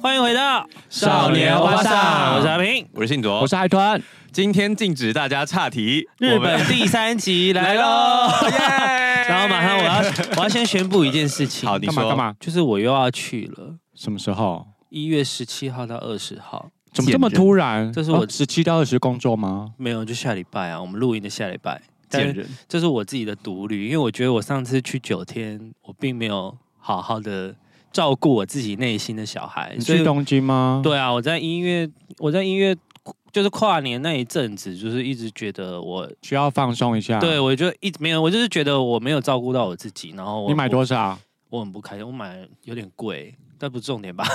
欢迎回到少年欧巴桑我是阿平。我是信卓，我是海豚，今天禁止大家岔题，日我们本第三集来喽， 然后马上我要我要先宣布一件事情，好，你干嘛说干？嘛？就是我又要去了，什么时候？一月十七号到二十号，怎么这么贱人突然？哦这是我十七到二十工作吗？没有就下礼拜啊，我们录音的下礼拜。但贱是哎人，这是我自己的独旅，因为我觉得我上次去九天，我并没有好好的照顾我自己内心的小孩，你所以去东京吗？，对啊，我在音乐，我在音乐就是跨年那一阵子，就是一直觉得我需要放松一下。对，我就一直没有，我就是觉得我没有照顾到我自己，然后我你买多少？我，我很不开心，我买有点贵，但不是重点吧。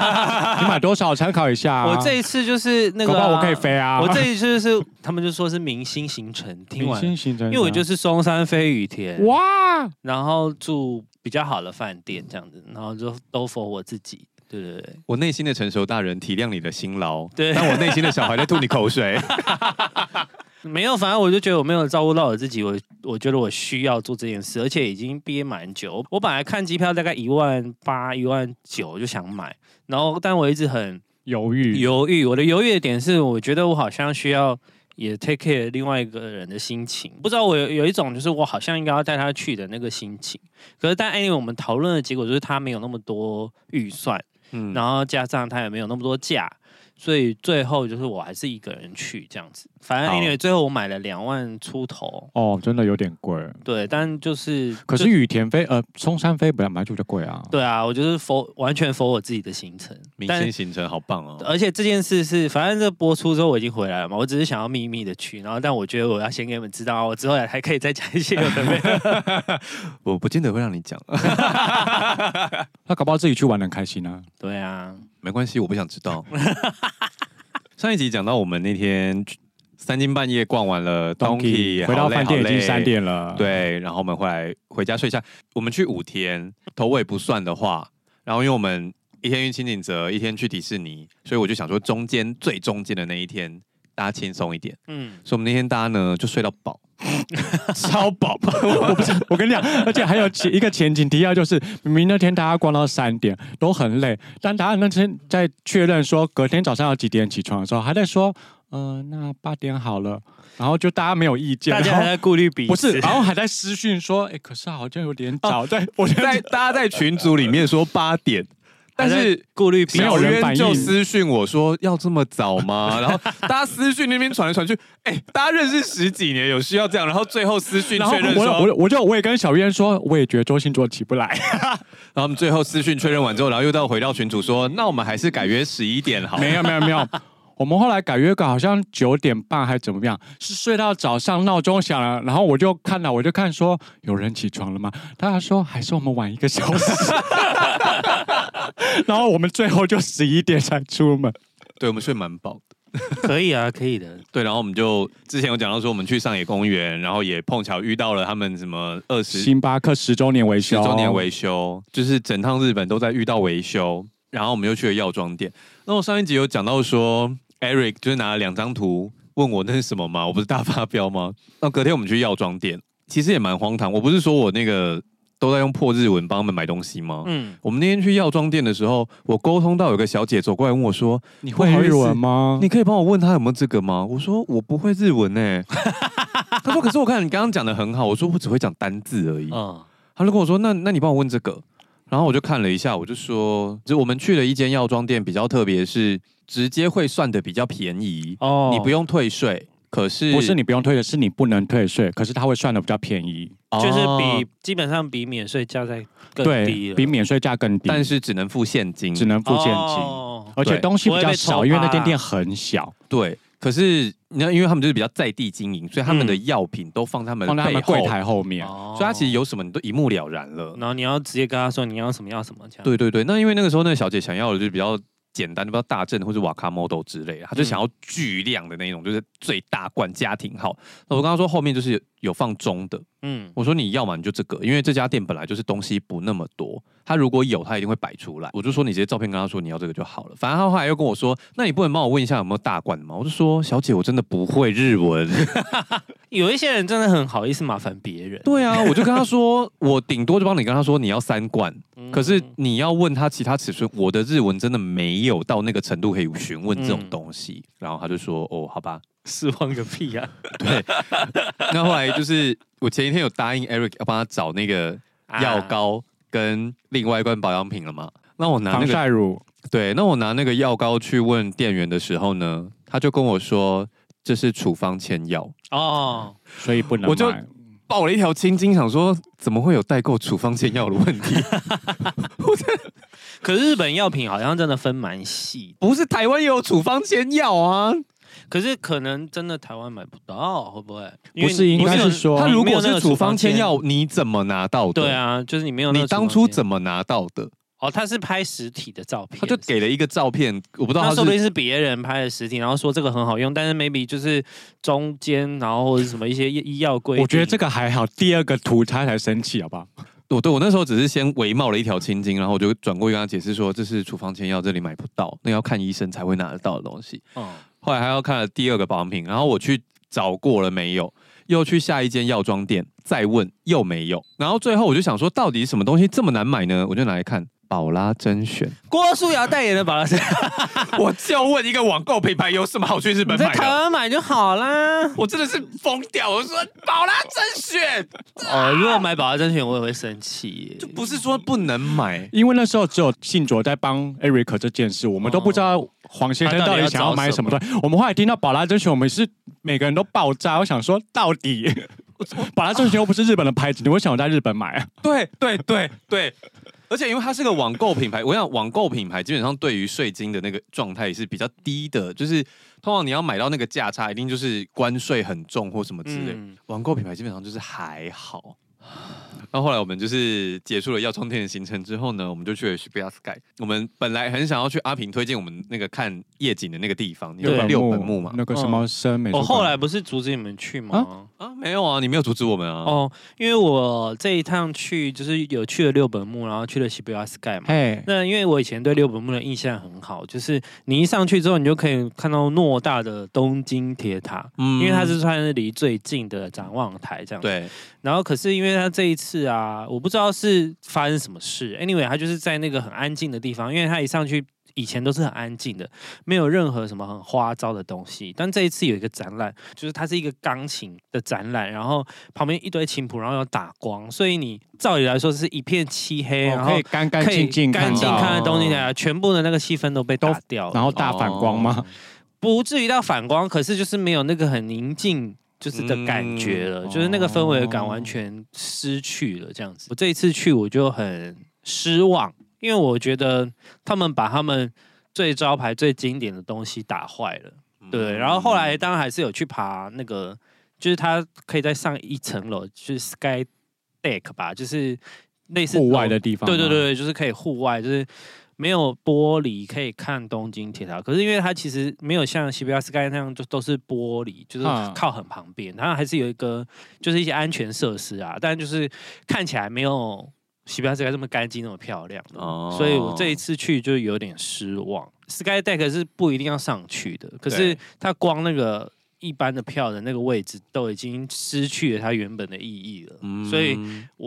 你买多少？参考一下 啊。我这一次就是那搞个不啊、好我可以飞啊。我这一次就是他们就说是明星行程，听明完，星行程，啊因为我就是是松山飞雨田，哇，然后住比较好的饭店这样子，然后就都 for 我自己，对对对。 我内心的成熟大人体谅你的辛劳，对但我内心的小孩在吐你口水。没有，反正我就觉得我没有照顾到我自己，我我觉得我需要做这件事，而且已经憋蛮久。我本来看机票大概一万八、一万九就想买，然后但我一直很犹豫，犹豫。我的犹豫的点是，我觉得我好像需要也 take care 另外一个人的心情，不知道我有有一种就是我好像应该要带他去的那个心情。可是但 anyway，我们讨论的结果就是他没有那么多预算， 嗯，然后加上他也没有那么多假，所以最后就是我还是一个人去这样子。反正好 anyway，最后我买了两万出头，哦，真的有点贵。对，但就是可是就羽田飞，呃，松山飞本来买就比较贵啊。对啊，我就是否完全否我自己的行程，明但星行程好棒哦，而且这件事是，反正这播出之后我已经回来了嘛，我只是想要秘密的去，然后但我觉得我要先给你们知道，我之后还可以再讲一些有的没 的。我不见得会让你讲，呃他搞不好自己去玩得很开心啊。对啊，没关系，我不想知 道。上一集讲到我们那天三更半夜逛完了 Donkey，回到饭店已经三点。点了。，对，然后我们回来回家睡一下。我们去五天，头尾不算的话，然后因为我们一天去清景泽，一天去迪士尼，所以我就想说中间最中间的那一天，大家轻松一点。嗯，所以我们那天大家呢就睡到饱，超饱。 我不是，我跟你讲，而且还有前一个前景提要，就是明明那天大家逛到三点都很累，但大家那天在确认说隔天早上要几点起床的时候，还在说，嗯、那八点好了，然后就大家没有意见，大家然还后在顾虑彼此，不是，然啊后还在私讯说，哎、可是好像有点早，在哦我觉得在大家在群组里面说八 点，但还是在顾虑彼没小有人此。反渊应就私讯我说要这么早吗？然后大家私讯那边传来传去，哎、大家认识十几年，有需要这样？然后最后私讯然后确认我说，我我就我也跟小渊说，我也觉得周星座起不来，然后我们最后私讯确认完之后，然后又到回到群主说，那我们还是改约十一点 好。没有没有没有，我们后来改约稿好像九点半还怎么样，是睡到早上闹钟响了，然后我就看了，我就看说有人起床了吗？大家说还是我们晚一个小时，然后我们最后就十一点才出门。对，我们睡蛮饱的。可以啊，可以的。对，然后我们就之前有讲到说，我们去上野公园，然后也碰巧遇到了他们什么二十星巴克十周年维十修，周年维修，就是整趟日本都在遇到维修。然后我们又去了药妆店。那我上一集有讲到说，Eric 就是拿了两张图问我那是什么吗？我不是大发飙吗？那隔天我们去药妆店，其实也蛮荒唐。我不是说我那个都在用破日文帮他们买东西哦吗？嗯，我们那天去药妆店的时候，我沟通到有个小姐走过来问我说你会会日日文文吗：“？你可以帮我问她有没有这个吗？”我说：“我不会日文呢、 她说：“可是我看你刚刚讲的很好。”我说：“我只会讲单字而已。哦嗯，她就跟我说：“那那你帮我问这个。”然后我就看了一下，我就说：“就我们去了一间药妆店，比较特别是直接会算的比较便宜，哦你不用退税。可是不是你不用退的，是你不能退税，可是他会算的比较便宜，就是哦比基本上比免税价在更低对了，比免税价更低，但是只能付现金。只能付现金，哦而且对东西不比会较被少，偷因为那间扒店很小。对，可是你知道，因为他们就是比较在地经营，所以他们的药品都放他们嗯放在他背们后柜台后面。哦所以他其实有什么你都一目了然了。然后你要直接跟他说你要什么要什么这样。对对对，那因为那个时候那个小姐想要的就是比较简单，比较大正或者瓦卡 model 之类的，她就嗯想要巨量的那种，就是最大罐家庭号。那我刚刚说后面就是有有放中的，嗯，我说你要嘛你就这个，因为这家店本来就是东西不那么多，他如果有他一定会摆出来。我就说你直接照片跟他说你要这个就好了。反正他后来又跟我说，那你不能帮我问一下有没有大罐的吗？我就说小姐我真的不会日文。 有一些人真的很好意思麻烦别人。对啊，我就跟他说，我顶多就帮你跟他说你要三罐，嗯可是你要问他其他尺寸，我的日文真的没有到那个程度可以询问这种嗯东西。然后他就说：“哦，好 吧。失望个屁啊呀、对，那后来就是我前一天有答应 Eric 要帮他找那个啊！药膏跟另外一罐保养品了嘛。那我拿那防个晒乳，对，那我拿那个药膏去问店员的时候呢，他就跟我说这是处方签药，哦，所以不能我就买。爆了一条青筋，想说怎么会有代购处方签药的问题？可是日本药品好像真的分蛮细， 不是台湾也有处方签药啊？可是可能真的台湾买不到，会不会？因不为是应该你没有是说他你如没有果那是个处方签签，药，你怎么拿到的？对，啊，就是你没有那你个当初怎么么拿到的？哦？他是拍实体的照片，他就给了一个照片，我不知道那他说不定是。是别人拍的实体，然后说这个很好用，但是 maybe 就是中间，然后或者什么一些医药规定。我觉得这个还好，第二个图他才生气，好不好？我对我那时候只是先围冒了一条青筋，然后我就转过去跟他解释说，这是处方签药，这里买不到，那要看医生才会拿得到的东西。嗯，后来他要看了第二个保养品，然后我去找过了没有，又去下一间药妆店再问又没有，然后最后我就想说，到底什么东西这么难买呢？我就拿来看宝拉 甄选，郭书瑶代言的宝拉山，我就问一个网购品牌有什么好去日你本在买台的。湾买就好啦。我真的是疯掉！我说宝拉甄选，哦，如果买宝拉甄选，我也会生气耶。就不是说不能买，因为那时候只有信卓在帮 Eric 这件事，我们都不知道黄先生到底想要买什么东西。我们后来听到宝拉甄选，我们是每个人都爆炸。我想说，到底宝拉甄选又不是日本的牌子，你为什么在日本买啊？对对对对，而且因为它是个网购品牌，我想网购品牌基本上对于税金的那个状态是比较低的，就是通常你要买到那个价差，一定就是关税很重或什么之类。嗯网购品牌基本上就是还好。然后后来我们就是结束了药妆店的行程之后呢，我们就去了 s h i b a Sky。我们本来很想要去阿平推荐我们那个看夜景的那个地方，你知道对六本木嘛？那个什么生美术我馆。哦后来不是阻止你们去吗？啊，没有啊，你没有阻止我们啊。哦，因为我这一趟去就是有去了六本木，然后去了西比亚 Sky 嘛。嘿，那因为我以前对六本木的印象很好，就是你一上去之后，你就可以看到偌大的东京铁塔，嗯因为它是算是离最近的展望台这样。。对然后可是因为他这一次啊，我不知道是发生什么事。Anyway，他就是在那个很安静的地方，因为他一上去以前都是很安静的，没有任何什么很花招的东西。但这一次有一个展览，就是它是一个钢琴的展览，然后旁边一堆琴谱，然后有打光，所以你照理来说是一片漆黑，哦然可后以干干可以净净干看净到，哦看得东西来，全部的那个气氛都被打掉了然，后大反光吗？哦不至于到反光，可是就是没有那个很宁静。就是的感觉了，嗯就是那个氛围哦感完全失去了，这样子。我这一次去我就很失望，因为我觉得他们把他们最招牌、最经典的东西打坏了。嗯对，然后后来当然还是有去爬那个，就是它可以在上一层楼，就是 sky deck 吧，就是类似户外楼的地方吗，对对对对，就是可以户外，就是没有玻璃可以看东京铁塔。可是因为它其实没有像西比亚 sky 那样就都是玻璃，就是啊靠很旁边，然后还是有一个就是一些安全设施啊，但就是看起来没有西比亚 sky 这么干净那么漂亮的。哦所以我这一次去就有点失望。Sky Deck 是不一定要上去的，可是对它光那个一般的票的那个位置都已经失去了它原本的意义了，嗯所 以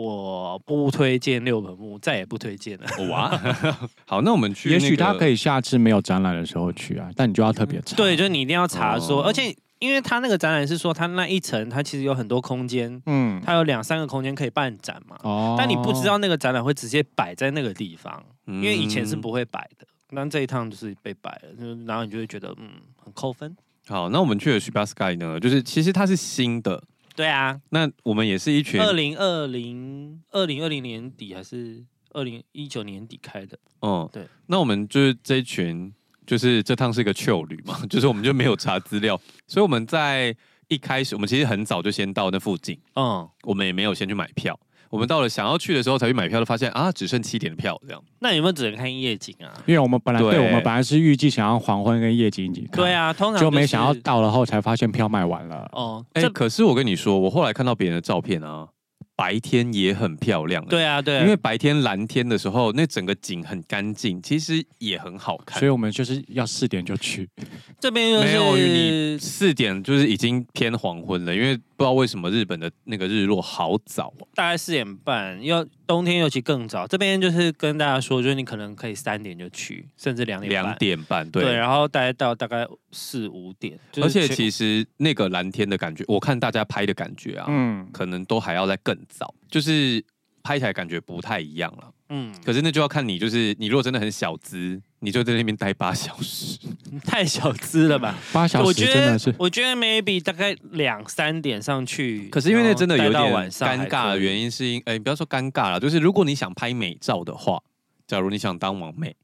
我不推荐六本木，再也不推荐了。 哇，啊好，那我们去、也许他可以，以下次没有展览的时候去啊，但你就要特别查。嗯对，就是你一定要查说，哦而且因为它那个展览是说，它那一层它其实有很多空间，嗯，它有两三个空间可以办展嘛，哦但你不知道那个展览会直接摆在那个地方。因因为以前嗯是不会摆的，那这一趟就是被摆了，就然后你就会觉得嗯很扣分。好。那我们去了 s h i b a Sky 呢，就是其实它是新的，对啊，那我们也是一群二零二零二零二零年底还是二零一九年底开的，嗯对。那我们就是这一群，就是这趟是个旧旅嘛， 就是我们就没有查资料，所以我们在一开始，我们其实很早就先到那附近，嗯，我们也没有先去买票，我们到了想要去的时候才去买票，就发现啊，只剩七点的票这样。那有没有只能看夜景啊？因为我们本来对对我们本来是预计想要黄昏跟夜景一起看，对，啊，通常就是没想到到了后才发现票卖完了。哦，哎、这可是我跟你说，我后来看到别人的照片啊，白天也很漂亮、欸。对啊对啊，因为白天蓝天的时候，那整个景很干净，其实也很好看所以。我们就是要四点就去，这边又没有你是四点就是已经偏黄昏了，因为不知道为什么日本的那个日落好早哦、大概四点半，要冬天尤其更早。这边就是跟大家说，就是你可能可以三点就去，甚至两点半两点半对，然后待到大概四五点。就是而且全其实那个蓝天的感觉，我看大家拍的感觉啊，嗯，可能都还要再更早，就是拍起来感觉不太一样了。嗯，可是那就要看你，就是你如果真的很小资，你就在那边待八小时。 太小资了吧？ 八小我时觉真的得是，我觉得 maybe 大概两三点上去。可是因为那真的有然点后待到晚上尴尬的原因，是因哎、不要说尴尬了，就是如果你想拍美照的话，假如你想当网美，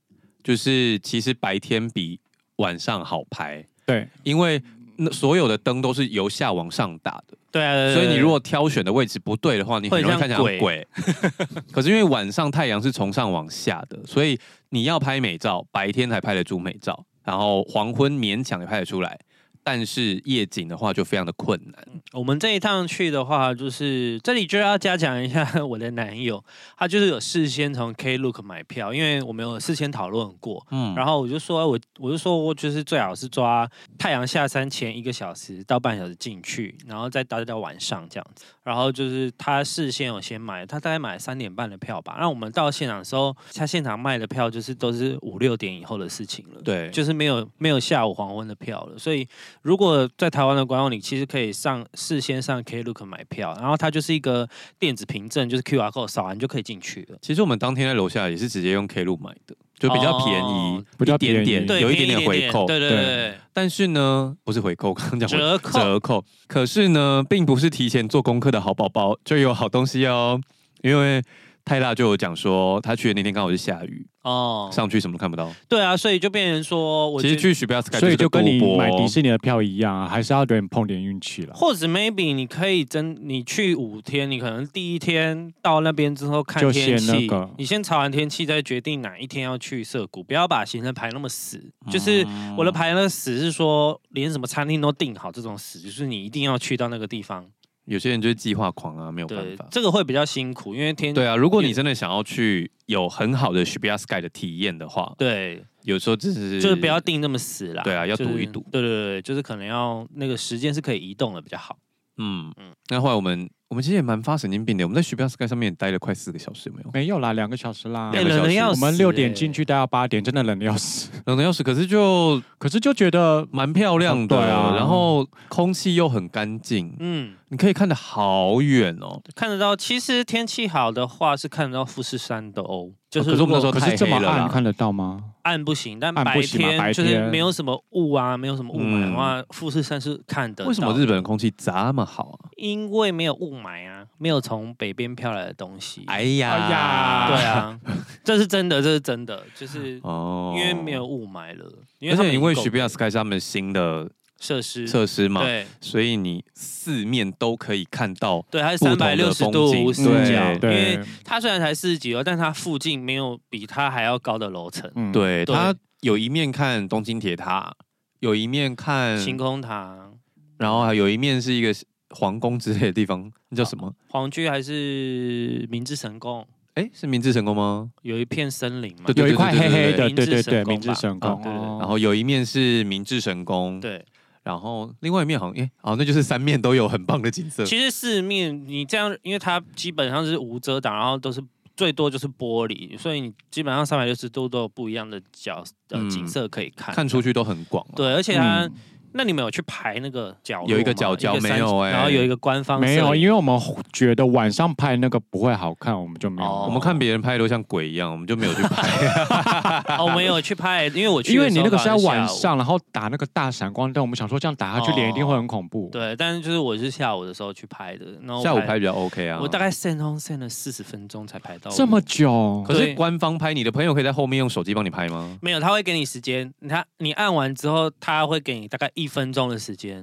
就是其实白天比晚上好拍，对，因为那所有的灯都是由下往上打还的。可以，对啊，对啊所以你如。对啊果挑选的位置不对的话，你很容易看起来像鬼。 可是因为晚上太阳是从上往下的，所以你要拍美照，白天才拍得出美照，然后黄昏勉强也拍得出来，但是夜景的话就非常的困难。我们这一趟去的话，就是这里就要嘉奖一下 我的男友，他就是有事先从 Klook 买票，因为我们有事先讨论过。嗯，然后我就说，我我就说，我就是最好是抓太阳下山前一个小时到半小时进去，然后再待到晚上这样子。然后就是他事先有先买，他大概买三点半的票吧。那我们到现场的时候，他现场卖的票就是都是五六点以后的事情了。对，就是没有没有下午黄昏的票了，所以如果在台湾的观众，你其实可以上事先上 Klook 买票，然后它就是一个电子凭证，就是 QR code 扫完就可以进去了，其实我们当天在楼下也是直接用 K 路买的，就比较便宜哦，比较一点便宜点，对，有一便宜点点点回扣。对对对对但是呢，不是回扣，刚刚对，讲回折扣，折扣。可是呢，并不是提前做功课的好宝宝就有好东西哦，因为泰辣就有讲说，他去的那天刚好是下雨，哦，上去什么都看不到。对啊，所以就变成说，我其觉实得。去许标斯凯，所以就跟你买迪士士尼的票一样啊，还是要点碰点运气了。或者 maybe 你可以真你去五天，你可能第一天到那边之后看就天先那气，个你先查完天气再决定哪一天要去涩谷，不要把行程排那么死。就是我哦的排那死是说连什么餐厅都订好这种死，就是你一定要去到那个地方。有些人就是计划狂啊，没有办对法，。这个会比较辛苦，因为天对啊，如果你真的想要去有很好的 Shibuya Sky 的体验的话，对有时候真是就是不要定那么死啦。对啊要就是赌一赌对对对，就是可能要那个时间是可以移动的比较好。嗯嗯那后来我们我们其实也蛮发神经病的，我们在 Shibuya Sky 上面也待了快四个小时，有没有？没有啦，两个小时啦，两个小时冷的要我死、们六点欸进去，待到八点，真的冷的要死。冷的要死，可是就哦可是就觉得蛮漂亮的，对啊然后空气又很干净，嗯，你可以看得好远哦。看得到。其实天气好的话是看得到富士山的哦，就是可是我们那如时候果可是这么太黑了啦暗看得到吗？暗不行，但暗白不行嘛天白就是天没有什么雾啊，没有什么雾霾的嗯话，富士山是看得到的。为什么日本的空气这么好啊？因为没有雾霾啊，没有从北边飘来的东西。哎哎呀，呀对，啊，这是真的，这是真的，就是哦因为没有，雾霾了，因为而他们且已经因为够 Shibuya Sky 是他们新的设施设施嘛，对所以你四面都可以看到。对，它是不三同百六的十风度景无死角，对因为对，它虽然才四十几楼，但它附近没有比它还要高的楼层，嗯，对，对它有一面看东京铁塔，有一面看，晴空塔、然后还有一面是一个皇宫之类的地方，啊那叫什么？皇居还是明治神宫，哎，是明治神宫吗？有一片森林嘛对，有对一块黑对黑的，对对对对对对，明治神吧宫嗯对对对哦，然后有一面是明治神宫，对。然后另外一面好像，哎，哦，那就是三面都有很棒的景色。其实四面你这样，因为它基本上是无遮挡，然后都是最多就是玻璃，所以你基本上三百六十度都有不一样的角呃嗯景色可以看。看出去都很广、啊。对，而且它，嗯那你们有去排那个角落吗有一个角一角个山没有欸然后有一个官方没有，因为为我们觉得晚上拍那个不会好看，我们就没有。哦我们看别人拍都像鬼一样，我们就没有 去拍。哦，我们有去拍，因为我去的因为你那个时是在候刚好晚下午。上，然后打那个大闪光灯，我们想说这样打下去脸一定会很恐怖。对，但是就是我是下午的时候去拍的，然后下午拍，比较 OK 啊。我大概扇风扇了四十分钟才拍到我。这么久，可是对官方拍，你的朋友可以在后面用手机帮你拍吗？没有，他会给你时间，他你按完之后，他会给你大概一分钟的时间，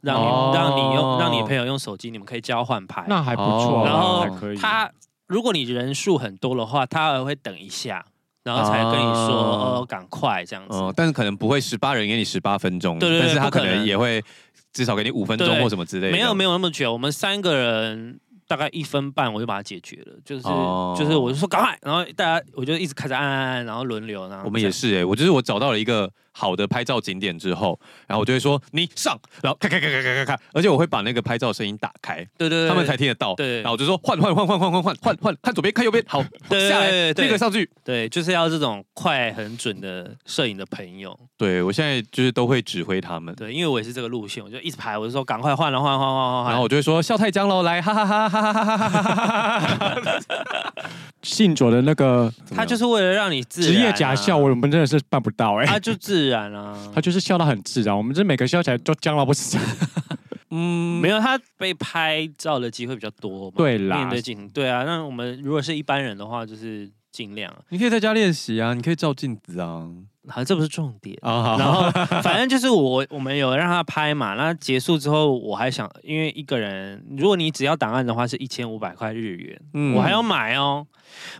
让你、哦让你用让你朋友用手机，你们可以交换拍。那还不错哦啊，然后还可以。他如果你人数很多的话，他还会等一下，然后才跟你说哦哦，赶快这样子。嗯、但是可能不会十八人给你十八分钟，对对对但是他不可可能能也会至少给你五分钟对或什么之类的。没有没有，有那么久，我们三个人大概一分半我就把它解决了，就是、哦就是我就说赶快，然后大家我就一直开始按按按，然后轮流，然后我们也啊这样是哎、我就是我找到了一个好的拍照景点之后，然后我就会说你上，然后咔咔咔咔咔咔咔，而且我会把那个拍照声音打开，对对对，他们才听得到。对然后我就说换换换换换换换换换，看左边看右边，好对对下来对对那个上去。对，就是要这种快很准的摄影的朋友。对我现在就是都会指挥他们，对，因为我也是这个路线，我就一直排，我就说赶快换了，换换换换换。然后我就会说笑太僵喽，来哈哈哈哈哈哈哈哈哈哈哈。信卓的那个他就是为了让你自然、啊职业假 笑，，我们真的是办不到哎、他就自然啊。他就是笑到很自然，我们这每个笑起来都僵到不行。嗯没有他被拍照的机会比较多嘛，对啦面对镜头，对啊。那我们如果是一般人的话，就是尽量啊，你可以在家练习啊，你可以照镜子啊。好，这不是重点。哦啊，好然 后反正就是我我们有让他拍嘛，那结束之后我还想，因为一个人如果你只要档案的话是一千五百块日元，嗯我还要买哦。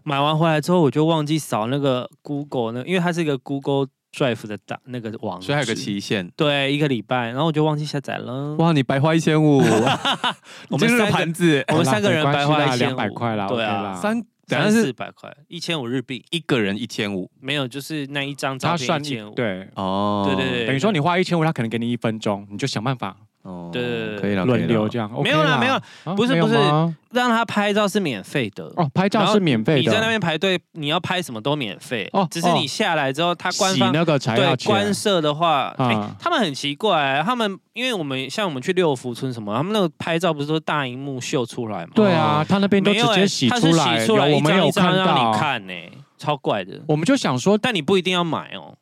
买完回来之后我就忘记扫那个 Google 那，因为它是一个 Google Drive 的档那个网址，所以还有个期限。对一个礼拜，然后我就忘记下载了。哇，你白花一千五，我 我们们这三个个盘子，我们三个人好啦白没关花系啦一千200块啦对啊， OK 啦三，等下三四是百块，一千五日币，一个人一千五没有，就是那一张照他片算一一千五，对，哦对对对等于说你花一千五，他可能给你一分钟，你就想办法哦对对对可以了，轮流可以这样。没有啦 OK 没有啊不是没有不是吗让他拍照是免费的哦，拍然照后是免费你在那的，边排队，你要拍什么都免费，哦只是你下来之后，他官洗方那个才对要钱。官设的话，哎、啊他们很奇怪、他们因为我们像我们去六福村什么，他们那个拍照不是都大荧幕秀出来吗？对啊，他那边都没直有、接哎洗他是出来，洗出来，有一我们张有一张看让你到，看呢、超怪的。我们就想说但你不一定要买哦，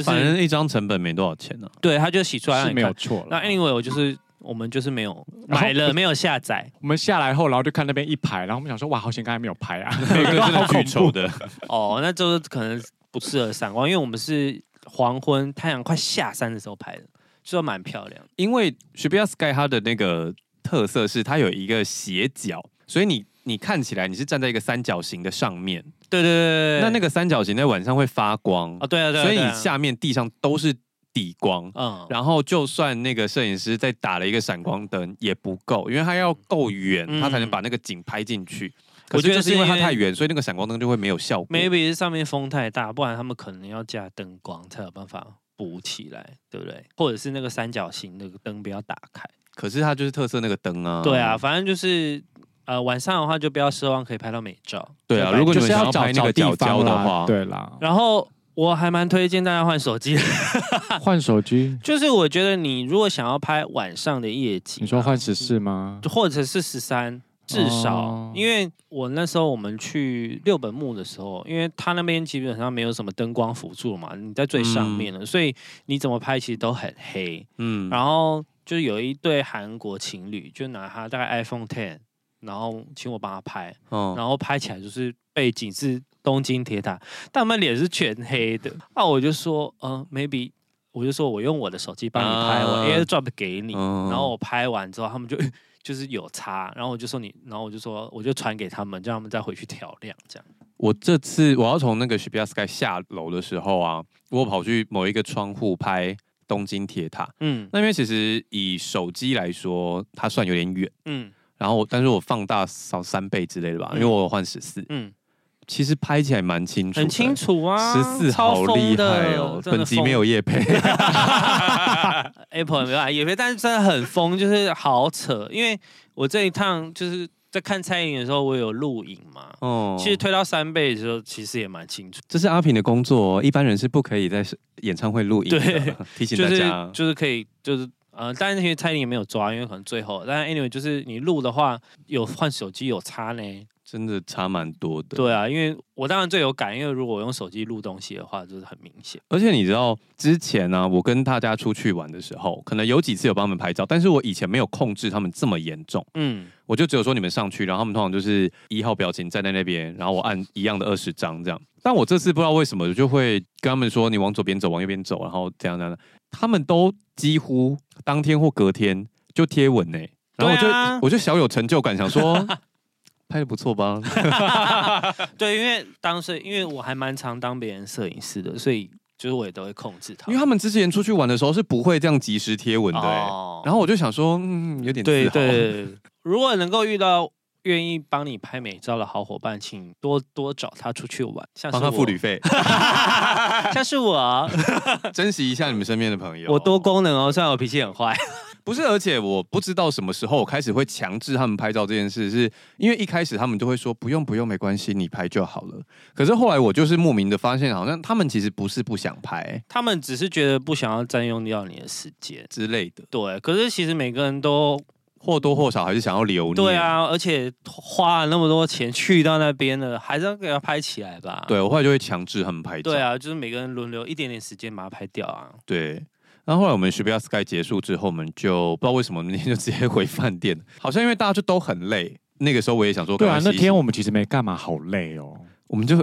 就是、反正一张成本没多少钱啊呢。对，他就洗出来让是你没有看。错了那。anyway，我就是我们就是没有然后买了，没有下载我们下来后，然后就看那边一排，然后我们想说，哇，好险刚才没有拍啊。那 个真的巨丑的，哦，那就是可能不适合闪光，因为我们是黄昏太阳快下山的时候拍的，就蛮漂亮的。 因为 Shibuya Sky 它的那个特色是它有一个斜角，所以你你看起来你是站在一个三角形的上面，对对对对，那那个三角形在晚上会发光哦，，对啊对啊，所以对你啊下面地上都是底光。嗯然后，就算那个摄影师再打了一个闪光灯也不够，因为他要够远，嗯他才能把那个景拍进去。我可觉是得就是因为是因为它太远，所以那个闪光灯就会没有效果。 ，maybe 是上面风太大，不然他们可能要加灯光才有办法补起来，对不对？或者是那个三角形那个灯不要打开。可是它就是特色那个灯啊。对啊，，反正就是呃晚上的话就不要奢望可以拍到美照。对啊。对吧如果你就是们想要找拍那找个地角方胶啊的啦话，对啦，然后我还蛮推荐大家换手机的， 换手机，就是我觉得你如果想要拍晚上的夜景啊、你说换十四吗？或者是十三，至少、哦因为我那时候我们去六本木的时候，因为它那边基本上没有什么灯光辅助嘛，你在最上面了，所以你怎么拍其实都很黑。嗯，然后就有一对韩国情侣，就拿他大概 iPhone Ten，然后请我帮他拍，哦，然后拍起来就是背景是东京铁塔，但他们脸是全黑的。啊，我就说，嗯，maybe。我就说我用我的手机帮你拍，啊我 AirDrop 给你，嗯然后我拍完之后，他们就 就是有差，然后我就说你，然后我就说我就传给他们，叫他们再回去调亮，这样。我这次我要从那个 Shibuya Sky 下楼的时候啊，我跑去某一个窗户拍东京铁塔，嗯那边其实以手机来说，它算有点远。嗯然后我，但是我放大少三倍之类的吧，因为我有换十四，嗯，其实拍起来蛮清楚，很清。楚啊，十四超好疯厉的害哦！真的本集疯没有夜配， Apple 也没办法，也没，但是真的很疯，就是好扯。因为我这一趟就是在看蔡依林的时候，我有录影嘛， 哦，其实推到三倍的时候，其实也蛮清楚，这是阿平的工作、哦，一般人是不可以在演唱会录影的。对提醒就大是家啊，就是可以就是。呃，但是其实蔡依林也没有抓，因为可能最后，但是 anyway 就是你录的话，有换手机有差呢。真的差蛮多的。，对啊，因为我当然最有感，因为如果我用手机录东西的话，就是很明显。而且你知道之前呢、我跟大家出去玩的时候，可能有几次有帮他们拍照，但是我以前没有控制他们这么严重，嗯，我就只有说你们上去，然后他们通常就是一号表情站在那边，然后我按一样的二十张这样。但我这次不知道为什么，我就会跟他们说你往左边走，往右边走，然后怎样怎样怎样。他们都几乎当天或隔天就贴文呢、然后我就、对啊我就小有成就感，想说 拍的不错吧。对，因为当时因为我还蛮常当别人摄影师的，所以就是我也都会控制他因为们。他们之前出去玩的时候是不会这样及时贴文的、欸哦 然后我就想说，嗯，有点自对豪对，对如果能够遇到愿意帮你拍美照的好伙伴，请多多找他出去玩，像是帮他我，付旅费， 像是 我，啊珍惜一下你们身边的朋友。我多功能哦，虽然我脾气很坏， 不是，而且我不知道什么时候我开始会强制他们拍照这件事，是因为一开始他们都会说不用不用，没关系，你拍就好了。可是后来我就是莫名的发现，好像他们其实不是不想拍他们只是觉得不想要占用掉你的时间。之类的，对，可是其实每个人都或多或少还是想要留念。对，啊，而且花了那么多钱去到那边了，还是要给他拍起来吧。对我后来就会强制他们拍照。对啊，就是每个人轮流一点点时间把它拍掉啊。对。然后后来我们 s h i b u y a Sky 结束之后，我们就不知道为什么那天就直接回饭店，好像因为大家就都很累。那个时候我也想说，对啊赶，快那洗一洗天我们其实没干嘛，好累哦。我们就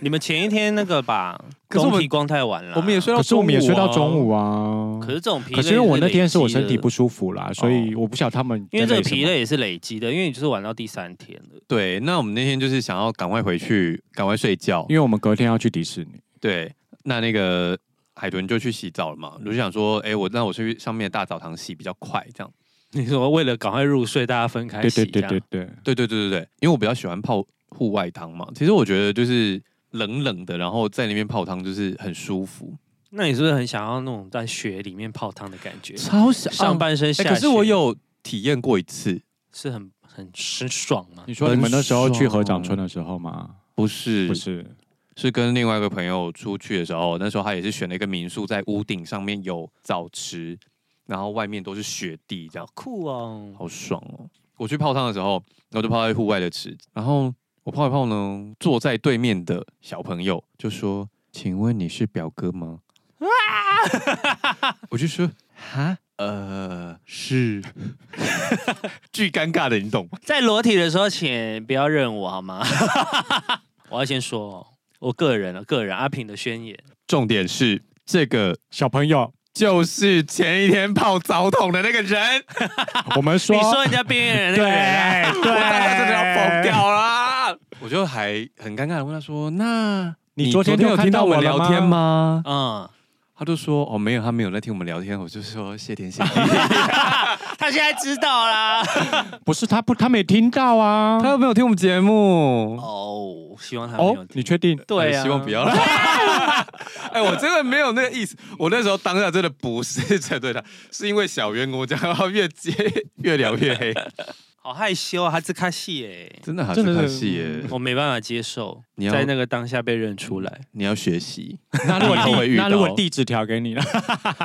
你们前一天那个吧，可是我工们体光太晚了，啊我们也睡到可是中午、我们也睡到中午。啊。可是这种疲累，哦可是因为我那天是我身体不，舒服啦，所以我不晓得他们因为这个在累什么疲累也是累积的，因为你就是玩到第三天了。 对，那我们那天就是想要赶快回去，赶快睡觉。因为我们隔天要去迪士尼，对，那那个海豚就去洗澡了嘛，我就想说，哎、我那我去上面的大澡堂洗比较快，这样。你说为了赶快入睡，大家分开对对洗，对这对样对，对对对对对，因为我比较喜欢泡户外汤嘛。其实我觉得就是冷冷的，然后在那边泡汤就是很舒服，那你是不是很想要那种在雪里面泡汤的感觉？超想上半身下哎、雪、可是我有体验过一次，是很很很爽嘛。你说你们那时候去合掌村的时候吗？不是不是，是跟另外一个朋友出去的时候，那时候他也是选了一个民宿，在屋顶上面有澡池，然后外面都是雪地，这样好酷哦！好爽哦！我去泡汤的时候，然后就泡在户外的池子，然后我泡一泡呢，坐在对面的小朋友就说：“请问你是表哥吗？” 我就说：“哈，呃，是。” 巨尴尬的，你懂吗？在裸体的时候，请不要认我好吗？ 我要先说哦，我个人啊，个人阿平的宣言，重点是这个小朋 友，就是前一天泡澡桶的那个人，我们说你说人家边缘人那对个人啊、对，我当下真的要疯掉啦！我就还很尴尬的问他说：“那你昨天有就听看到到我们我了聊天吗吗？”嗯，他就说哦，没有，他没有在听我们聊天。我就说谢天谢地，他现在知道啦。 不是他不，他没听到啊。 他又没有听我们节目。哦，希望他没有哦听。，你确定？对哎啊，希望不要。哎，我真的没有那个意思。我那时候当下真的不是针对他，是因为小圆跟我讲，然后越接 越聊越黑，好害羞啊，他自卡戏哎，真的还嗯真的是看戏耶。我没办法接受你，要在那个当下被认出来。你要学习 那如果以后会递遇到那如果递纸条给你呢？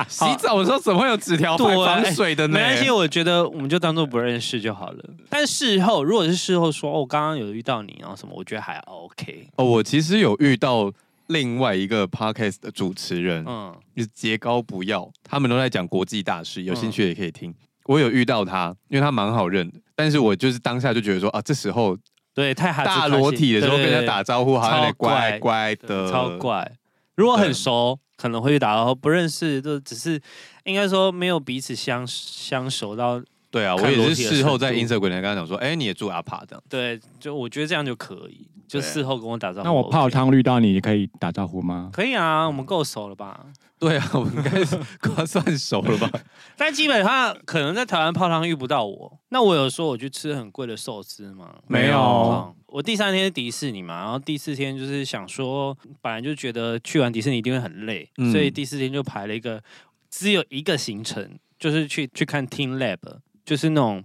洗澡的时候怎么会有纸条 对放防水的呢？没关系，我觉得我们就当做不认识就好了。但事后，如果是事后说，哦，刚刚有遇到你，然后什么，我觉得还 OK。哦，我其实有遇到另外一个 podcast 的主持人，嗯，就是节高不要，他们都在讲国际大事，有嗯兴趣也可以听。我有遇到他，因为他蛮好认的，但是我就是当下就觉得说啊，这时候对，太哈兹卡大西裸体的时候对跟对人对家打招呼，好像有点怪怪对的，超。怪。如果很熟，可能会打招呼；不认识，就只是应该说没有彼此相相熟到对啊，我看也裸是体的事后在程 Instagram 跟他讲说，哎，你也住阿帕这样，对，就我觉得这样就可以，就对事后跟我打招呼 OK。那我泡汤遇到你，你可以打招呼吗？可以啊，我们够熟了吧？对啊，我们应该是 快算熟了 吧？但基本上可能在台湾泡汤遇不到我。那我有说我去吃很贵的寿司吗？没有哦嗯我第三天是迪士尼嘛，然后第四天就是想说，本来就觉得去完迪士尼一定会很累，嗯所以第四天就排了一个只有一个行程，就是去去看 Team Lab，就是那种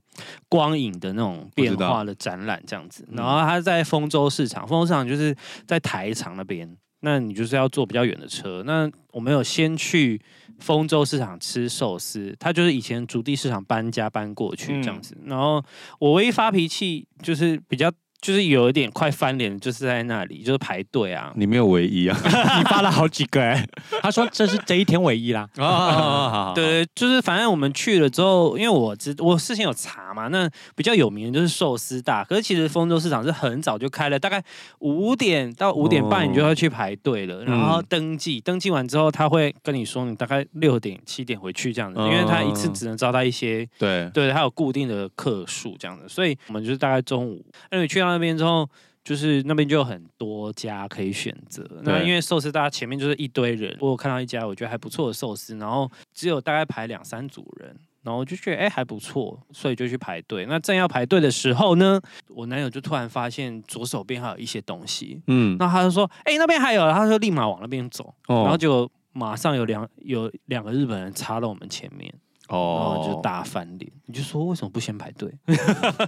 光影的那种变化的展览这样子。嗯然后它在丰州市场，丰州市场就是在台场那边。那你就是要坐比较远的车。那我们有先去丰州市场吃寿司，它就是以前竹地市场搬家搬过去这样子。嗯然后我唯一发脾气就是比较。就是有一点快翻脸，就是在那里，就是排队啊。 你没有唯 一啊， 你发了好几个哎、他说这是这一天唯一啦。啊，对，就是反正我们去了之后，因为我知我事先有查嘛，那比较有名的就是寿司大，可是其实丰州市场是很早就开了，大概五点到五点半你就要去排队了，然后登记，登记完之后他会跟你说你大概六点七点回去这样子，因为他一次只能招待一些对，对，它有固定的客数这样子，所以我们就是大概中午，那你去到那边之后，就是那边就有很多家可以选择。那对因为寿司大家前面就是一堆人，我有看到一家我觉得还不错的寿司，然后只有大概排两三组人，然后我就觉得哎、还不错，所以就去排队。那正要排队的时候呢，我男友就突然发现左手边还有一些东西，嗯，那他就说哎、那边还有，他就立马往那边走，然后哦就马上有两有两个日本人插到我们前面。然后就哦，大翻脸。你就说为什么不先排队？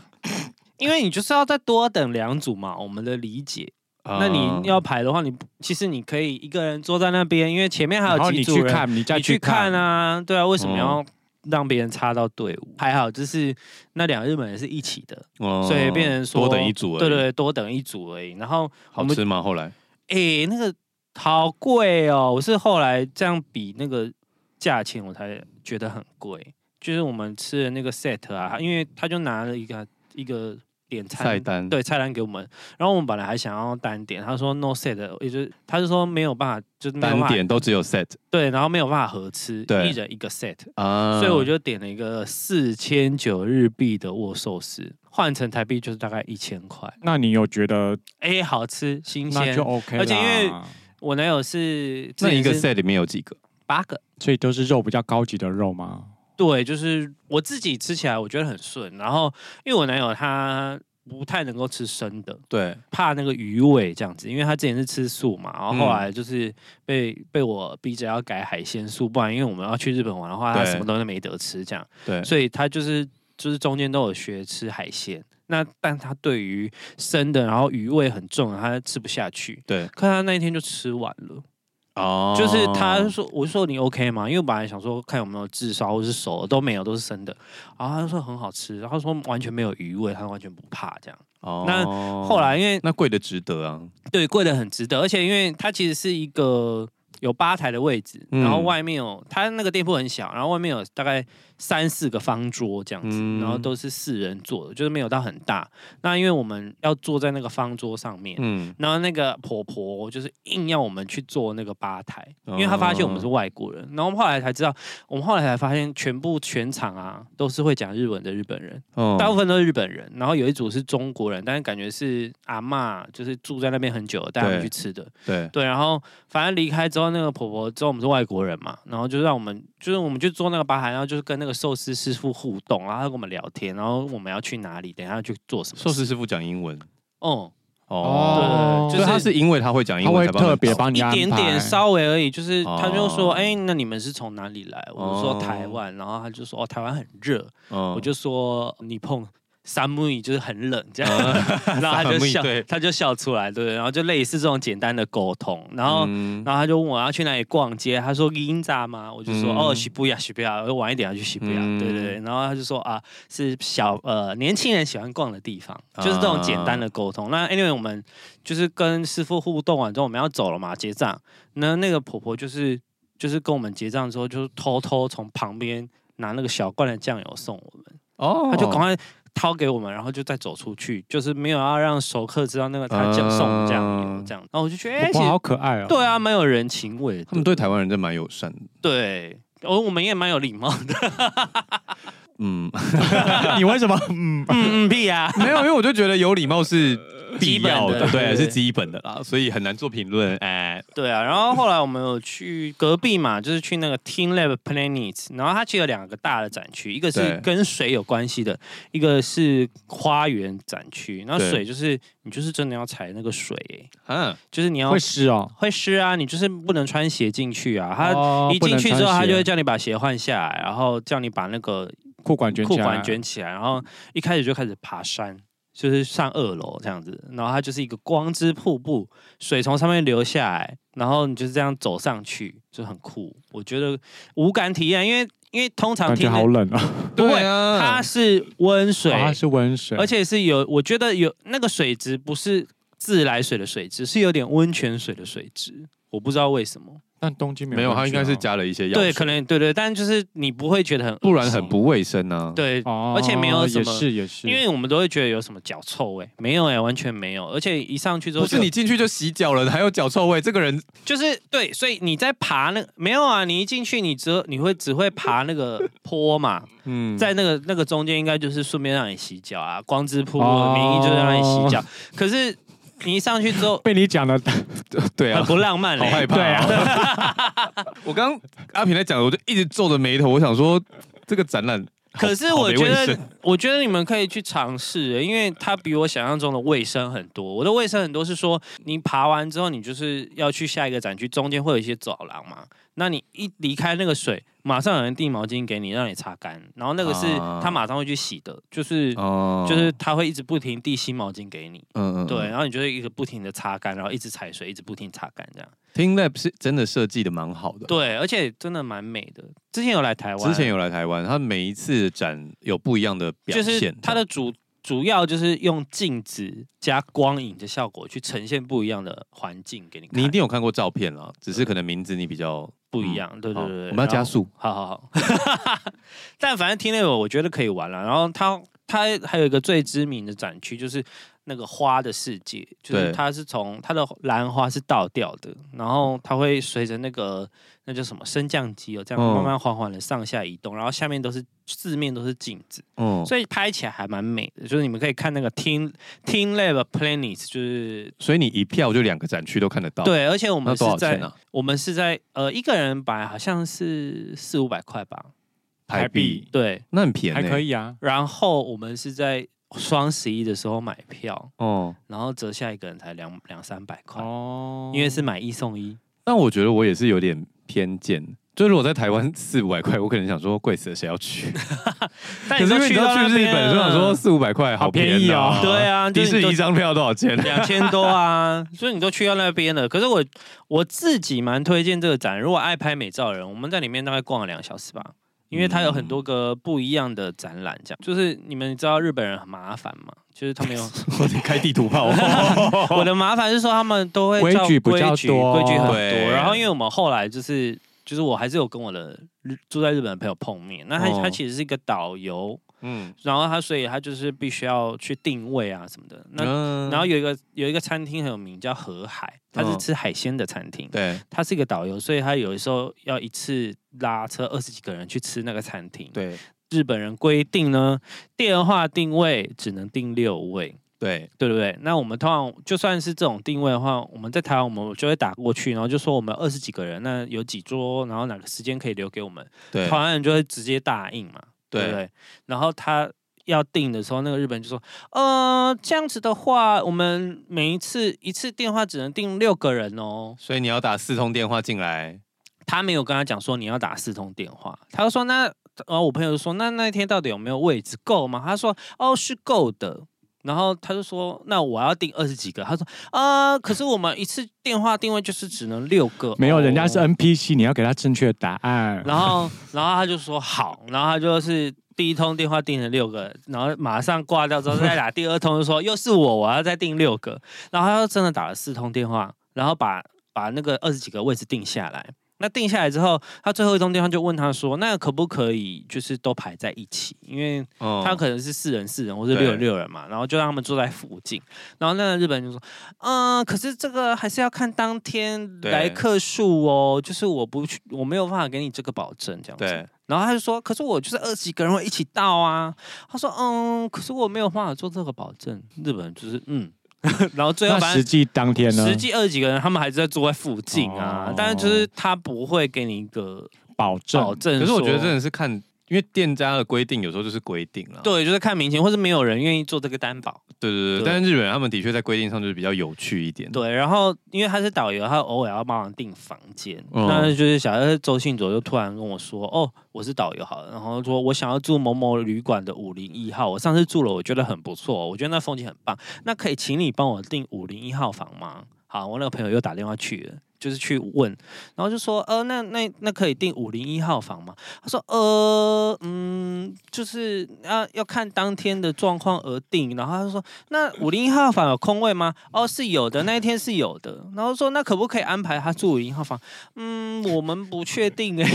因为你就是要再多等两组嘛，我们的理解。嗯那你要排的话，你不其实你可以一个人坐在那边，因为前面还然有后几你组去人，看，你再你去看啊。啊，对啊，为什么哦要让别人插到队伍？还好就是那两个日本人是一起的，哦所以变成说多等一组而已，对对，对多等一组而已。然后我好们吃吗？后来诶，那个好贵哦！我是后来这样比那个价钱，我才觉得很贵。就是我们吃的那个 set 啊，因为他就拿了一个一个点餐菜单对菜单给我们，然后我们本来还想要单点，他说 no set，也就是他就说没有办法，就是没有办单法点都只有 set 对，然后没有办法合吃，对一人一个 set，啊，所以我就点了一个四千九日币的握寿司，换成台币就是大概一千块，那你有觉得哎，好吃新那鲜就，OK 啦而且因为我男友是那一之个前是 set 里面有几个？八个，所以都是肉比较高级的肉嘛。对，就是我自己吃起来我觉得很顺，然后因为我男友他不太能够吃生的，对，怕那个鱼尾这样子，因为他之前是吃素嘛，然后后嗯来就是被、被我逼着要改海鲜素，不然因为我们要去日本玩的话，他对什么东西没得吃这样，对，所以他就是就是中间都有学吃海鲜。那但他对于生的，然后鱼味很重，他吃不下去。对，可他那一天就吃完了，哦，就是他说，我就说你 OK 吗？因为我本来想说看有没有炙烧或是熟的，都没有，都是生的。然后他就说很好吃，然后他说完全没有余味，他完全不怕这样。哦，那后来因为那贵的值得啊，对贵的很值得，而且因为它其实是一个有吧台的位置，嗯然后外面有它那个店铺很小，然后外面有大概三四个方桌这样子，嗯然后都是四人坐的，就是没有到很大。那因为我们要坐在那个方桌上面，嗯，然后那个婆婆就是硬要我们去做那个吧台，哦因为她发现我们是外国人。然后我们后来才知道，我们后来才发现，全部全场啊都是会讲日文的日本人，哦大部分都是日本人。然后有一组是中国人，但是感觉是阿嬷，就是住在那边很久了，带他们对去吃的。对，对，然后反正离开之后，那个婆婆知道我们是外国人嘛，然后就让我们就是我们就坐那个吧台，然后就是跟那个寿司师傅互动，然后他跟我们聊天，然后我们要去哪里，等一下要去做什么。寿司师傅讲英文哦。哦，对所以他就是因为他会讲英他文会才帮你特别找帮啊你一安排点点稍微而已，就是哦他就说，哎、那你们是从哪里来？我就说哦台湾，然后他就说，哦，台湾很热，嗯我就说你碰。三木椅就是很冷这样， 然后他就寒意笑对，他就笑出来，对，然后就类似这种简单的沟通，然后，嗯然后他就问我要去哪里逛街，他说银扎吗？我就说、嗯哦，西布亚，西布亚，我晚一点要啊去西布亚，嗯对对对，然后他就说啊，是小呃年轻人喜欢逛的地方，啊就是这种简单的沟通。那 anyway，我们就是跟师傅互动完之后，我们要走了嘛，结账。那那个婆婆就是就是跟我们结账之后，就是偷偷从旁边拿那个小罐的酱油送我们，哦，她就赶快掏给我们，然后就再走出去，就是没有要让熟客知道那个她酱送的酱油嗯这样。然后我就觉得，哎、我其婆实好可爱哦。对啊，蛮有人情味的。他们对台湾人真蛮友善的，对，哦，我们也蛮有礼貌的。嗯， 你为什么？嗯，嗯嗯，屁呀、 没有，因为我就觉得有礼貌是必基本要的对对，是呃基本的啦，所以很难做评论，哎，对啊，然后后来我们有去隔壁嘛，就是去那个 Team Lab Planet，然后它其实有两个大的展区，一个是对跟水有关系的，一个是花园展区。那对水就是你就是真的要踩那个水、欸，嗯，就是你要会湿哦。 会湿啊，你就是不能穿鞋进去啊。它哦一不进能去之后，穿它鞋就会叫你把鞋换下来，然后叫你把那个裤管卷起裤来管卷起来，然后一开始就开始爬山，就是上二楼这样子，然后它就是一个光之瀑布，水从上面流下来，然后你就是这样走上去，就很酷。我觉得无感体验，因为因为通常感觉听的好冷哦。 不会对啊，它是温水，啊，是温水，而且是有，我觉得有那个水质不是自来水的水质，是有点温泉水的水质。我不知道为什么，但东京没没有，温他应泉该是哦加了一些药水，对，可能对对，但就是你不会觉得很恶心，不然很不卫生啊。，对，哦，而且没有什也么是也是，因为我们都会觉得有什么脚臭味，没有哎、完全没有。而且一上去之后不就是你进去就洗脚了，还有脚臭味，这个人 就是对，所以你在爬那没有啊？你一进去你只你会只会爬那 个坡嘛，嗯，在那个那个中间应该就是顺便让你洗脚啊，光之瀑布的哦名义就是让你洗脚，可是你一上去之 后被你讲 的，对很啊啊，不浪漫欸好嘞、害怕。啊 对啊，我刚刚阿平在讲，我就一直皱着眉头，我想说这个展 览 好，可是好我没觉卫得生，我觉得你们可以去尝试欸，因为它比我想象中的卫生很多。我的卫生很多是说，你爬完之后，你就是要去下一个展区，中间会有一些走廊嘛。那你一离开那个水，马上有人递毛巾给你，让你擦干。然后那个是啊他马上会去洗的，就是、哦就是他会一直不停递新毛巾给你，嗯嗯，嗯对，啊然后你就是一直不停的擦干，然后一直踩水，一直不停擦干这样。 ，Team Lab 是真的设计的蛮好的。对，而且真的蛮美的。之前有来台湾，之前有来台湾，他每一次展有不一样的表就现，是它的主主要就是用镜子加光影的效果去呈现不一样的环境给你看，你一定有看过照片啦，只是可能名字你比较不一。样，对嗯对好对对我们要加。然后速。好好好， 但反正听那个我觉得可以玩了。然后它它还有一个最知名的展区就是那个花的世界，就是对它是从它的兰花是倒掉的，然后它会随着那个那叫什么升降机哦，这样嗯慢慢缓缓的上下移动，然后下面都是四面都是镜子。嗯，所以拍起来还蛮美的。就是你们可以看那个 Team Team Lab Planet，就是所以你一票就两个展区都看得到。，对，而且我哦那们多是少在、钱啊？我们是在呃一个人摆好像是四五百块吧，台币， 对。那很便宜，还可。以啊。然后我们是在双十一的时候买票，哦，然后折下一个人才两两三百块，哦，因为是买一送一。但我觉得我也是有点偏见。就是我在台湾四五百块，我可能想说贵死了，谁要去？但可是因为你知道到去那日边啊本，就想说四五百块好嗯便便宜哦对啊，啊，就 迪是士你尼都一张票多少钱？ 两千多啊，所以你都去到那边了。可是我我自己蛮推荐这个展，如果爱拍美照的人，我们在里面大概逛了两小时吧，因为它有很多个不一样的展览，这样就是你们知道日本人很麻烦嘛，就是他 们有我得 开地图炮。哦我的麻烦是说他们都会规照矩比规较矩多规矩很对多。然后因为我们后来就是就是我还是有跟我的日住在日本的朋友碰面，那他、哦他其实是一个导游， 嗯，然后他所以他就是必须要去定位啊什么的，那嗯然后有一个有一个餐厅很有名，叫河海，它是嗯吃海鲜的餐厅。对他是一个导游，所以他有的时候要一次拉车二十几个人去吃那个餐厅。，对日本人规定呢，电话定位只能定六位，对，对不对？那我们通常就算是这种定位的话，我们在台湾我们就会打过去，然后就说我们二十几个人，那有几桌，然后哪个时间可以留给我们。对台湾人就会直接打印嘛，对不啊对对？然后他要订的时候，那个日本人就说：“呃，这样子的话，我们每一次一次电话只能订六个人哦。所以你要打四通电话进来，”他没有跟他讲说你要打四通电话，他就说：“那……然后我朋友就说：‘那那一天到底有没有位置够吗？’他说：‘哦，是够的。’然后他就说：‘那我要订二十几个。’他说：‘呃，可是我们一次电话定位就是只能六个哦，没有，人家是 NPC，你要给他正确的答案。然后，然后他就说好，然后他就是第一通电话订了六个，然后马上挂掉之后再打第二通，就说又是我，我要再订六个。然后他就真的打了四通电话，然后把把那个二十几个位置定下来。那定下来之后，他最后一通电话就问他说：“那可不可以就是都排在一起？因为嗯他可能是四人四人或者六人六人嘛，然后就让他们坐在附近。然后那个日本人就说：“嗯，可是这个还是要看当天对来客数哦，就是我不去，我没有办法给你这个保证这样对子。”然后他就说：“可是我就是二十几个人会一起到啊。”他说：“嗯，可是我没有办法做这个保证。”日本人就是嗯， 然后最后那啊反实正。际当天呢？实际二十几个人，他们还是在坐在附近啊，哦但是就是他不会给你一个保证保证说。可是我觉得真的是看，因为店家的规定有时候就是规定了。对，就是看民情，或是没有人愿意做这个担保。对对对，对但是日本人他们的确在规定上就是比较有趣一点。对，然后因为他是导游，他偶尔要帮忙订房间。嗯那就是小呃周信卓就突然跟我说：“哦，我是导游好了。”然后说哦我想要住某某旅馆的五零一号，我上次住了，我觉得很不错，我觉得那风景很棒。那可以请你帮我订五零一号房吗？好，我那个朋友又打电话去了。就是去问，然后就说，呃，那那那可以订五零一号房吗？他说，呃，嗯，就是要、要看当天的状况而定。然后他就说，那五零一号房有空位吗？哦，是有的，那一天是有的。然后说那可不可以安排他住五零号房？嗯，我们不确定 哎、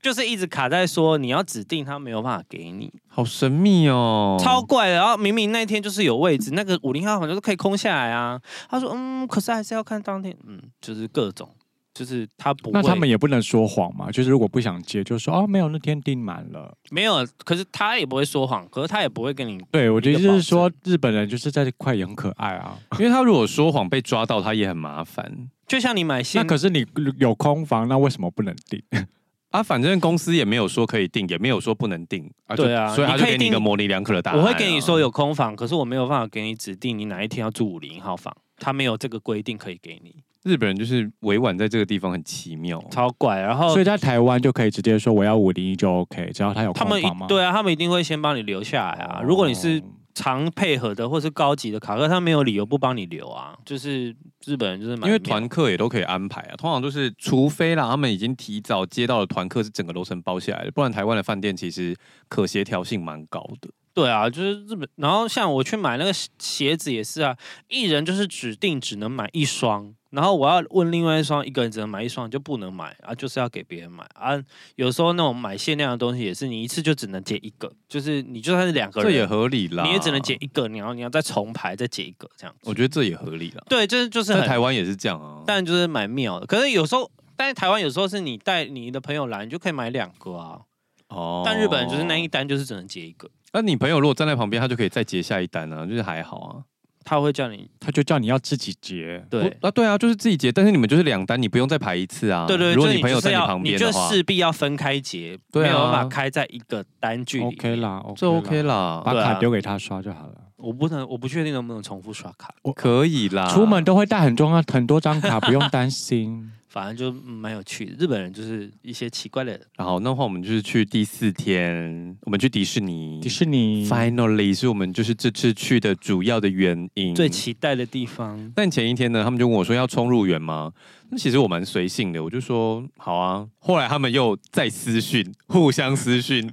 就是一直卡在说你要指定他没有办法给你，好神秘哦，超怪的。然后明明那天就是有位置，那个五零号房就是可以空下来啊。他说嗯，可是还是要看当天，嗯，就是各种，就是他不那他们会也不能说谎嘛，就是如果不想接，就说哦没有，那天订满了。没有，可是他也不会说谎，可是他也不会跟你对，我觉得就一个保是说日本人就是在这块也很可爱啊。因为他如果说谎被抓到，他也很麻烦。就像你买新那可是你有空房，那为什么不能订？啊，反正公司也没有说可以定，也没有说不能定，啊就对啊所以他你就可以给你一定个模棱两可的答啊案、啊我会跟你说，有空房，可是我没有办法给你指定你哪一天要住五零号房，他没有这个规定可以给你，日本人就是委婉在这个地方很奇妙。超怪。然后哦所以在台湾就可以直接说我要五零一就 OK，只要他有他空们一房吗？哦对啊，他们一定会先帮你留下来啊。如果你是常配合的或是高级的卡客，他没有理由不帮你留啊。就是日本人就是蛮因为妙团客也都可以安排啊，通常就是除非啦，他们已经提早接到的团客是整个楼层包下来的，不然台湾的饭店其实可协调性蛮高的。对啊，就是日本。然后像我去买那个鞋鞋子也是啊，一人就是指定只能买一双，然后我要问另外一双，一个人只能买一双就不能买啊，就是要给别人买啊。有时候那种买限量的东西也是，你一次就只能结一个，就是你就算是两个这也人，合理啦，你也只能结。一个，然后你要再重排再结一个这样子。我觉得这也合理啦，对，这就是在很台湾也是这样啊。但就是蛮妙的。可是有时候，但是台湾有时候是你带你的朋友来，你就可以买两个啊。哦但日本就是那一，单就是只能结一个，那、你朋友如果站在旁边，他就可以再结下一单啊，就是还好啊。他会叫你他就叫你要自己结。对。不啊，对啊，就是自己结，但是你们就是两单，你不用再排一次啊。对对，如果就你朋友就是在要旁边你就的话，势必要分开结，对没有啊办法开在一个单据里面。 OK 啦，这 OK 啦，啦，把对啊卡丢给他刷就好了。我不能，我不确定能不能重复刷卡，可以啦。出门都会带很重要很多张卡，不用担心。反正就嗯蛮有趣的。日本人就是一些奇怪的，好，那话我们就是去第四天，我们去迪士尼。迪士尼 Finally 是我们就是这次去的主要的原因。最期待的地方。但前一天呢，他们就问我说要冲入园吗？那其实我蛮随性的，我就说好啊。后来他们又再私讯，互相私讯，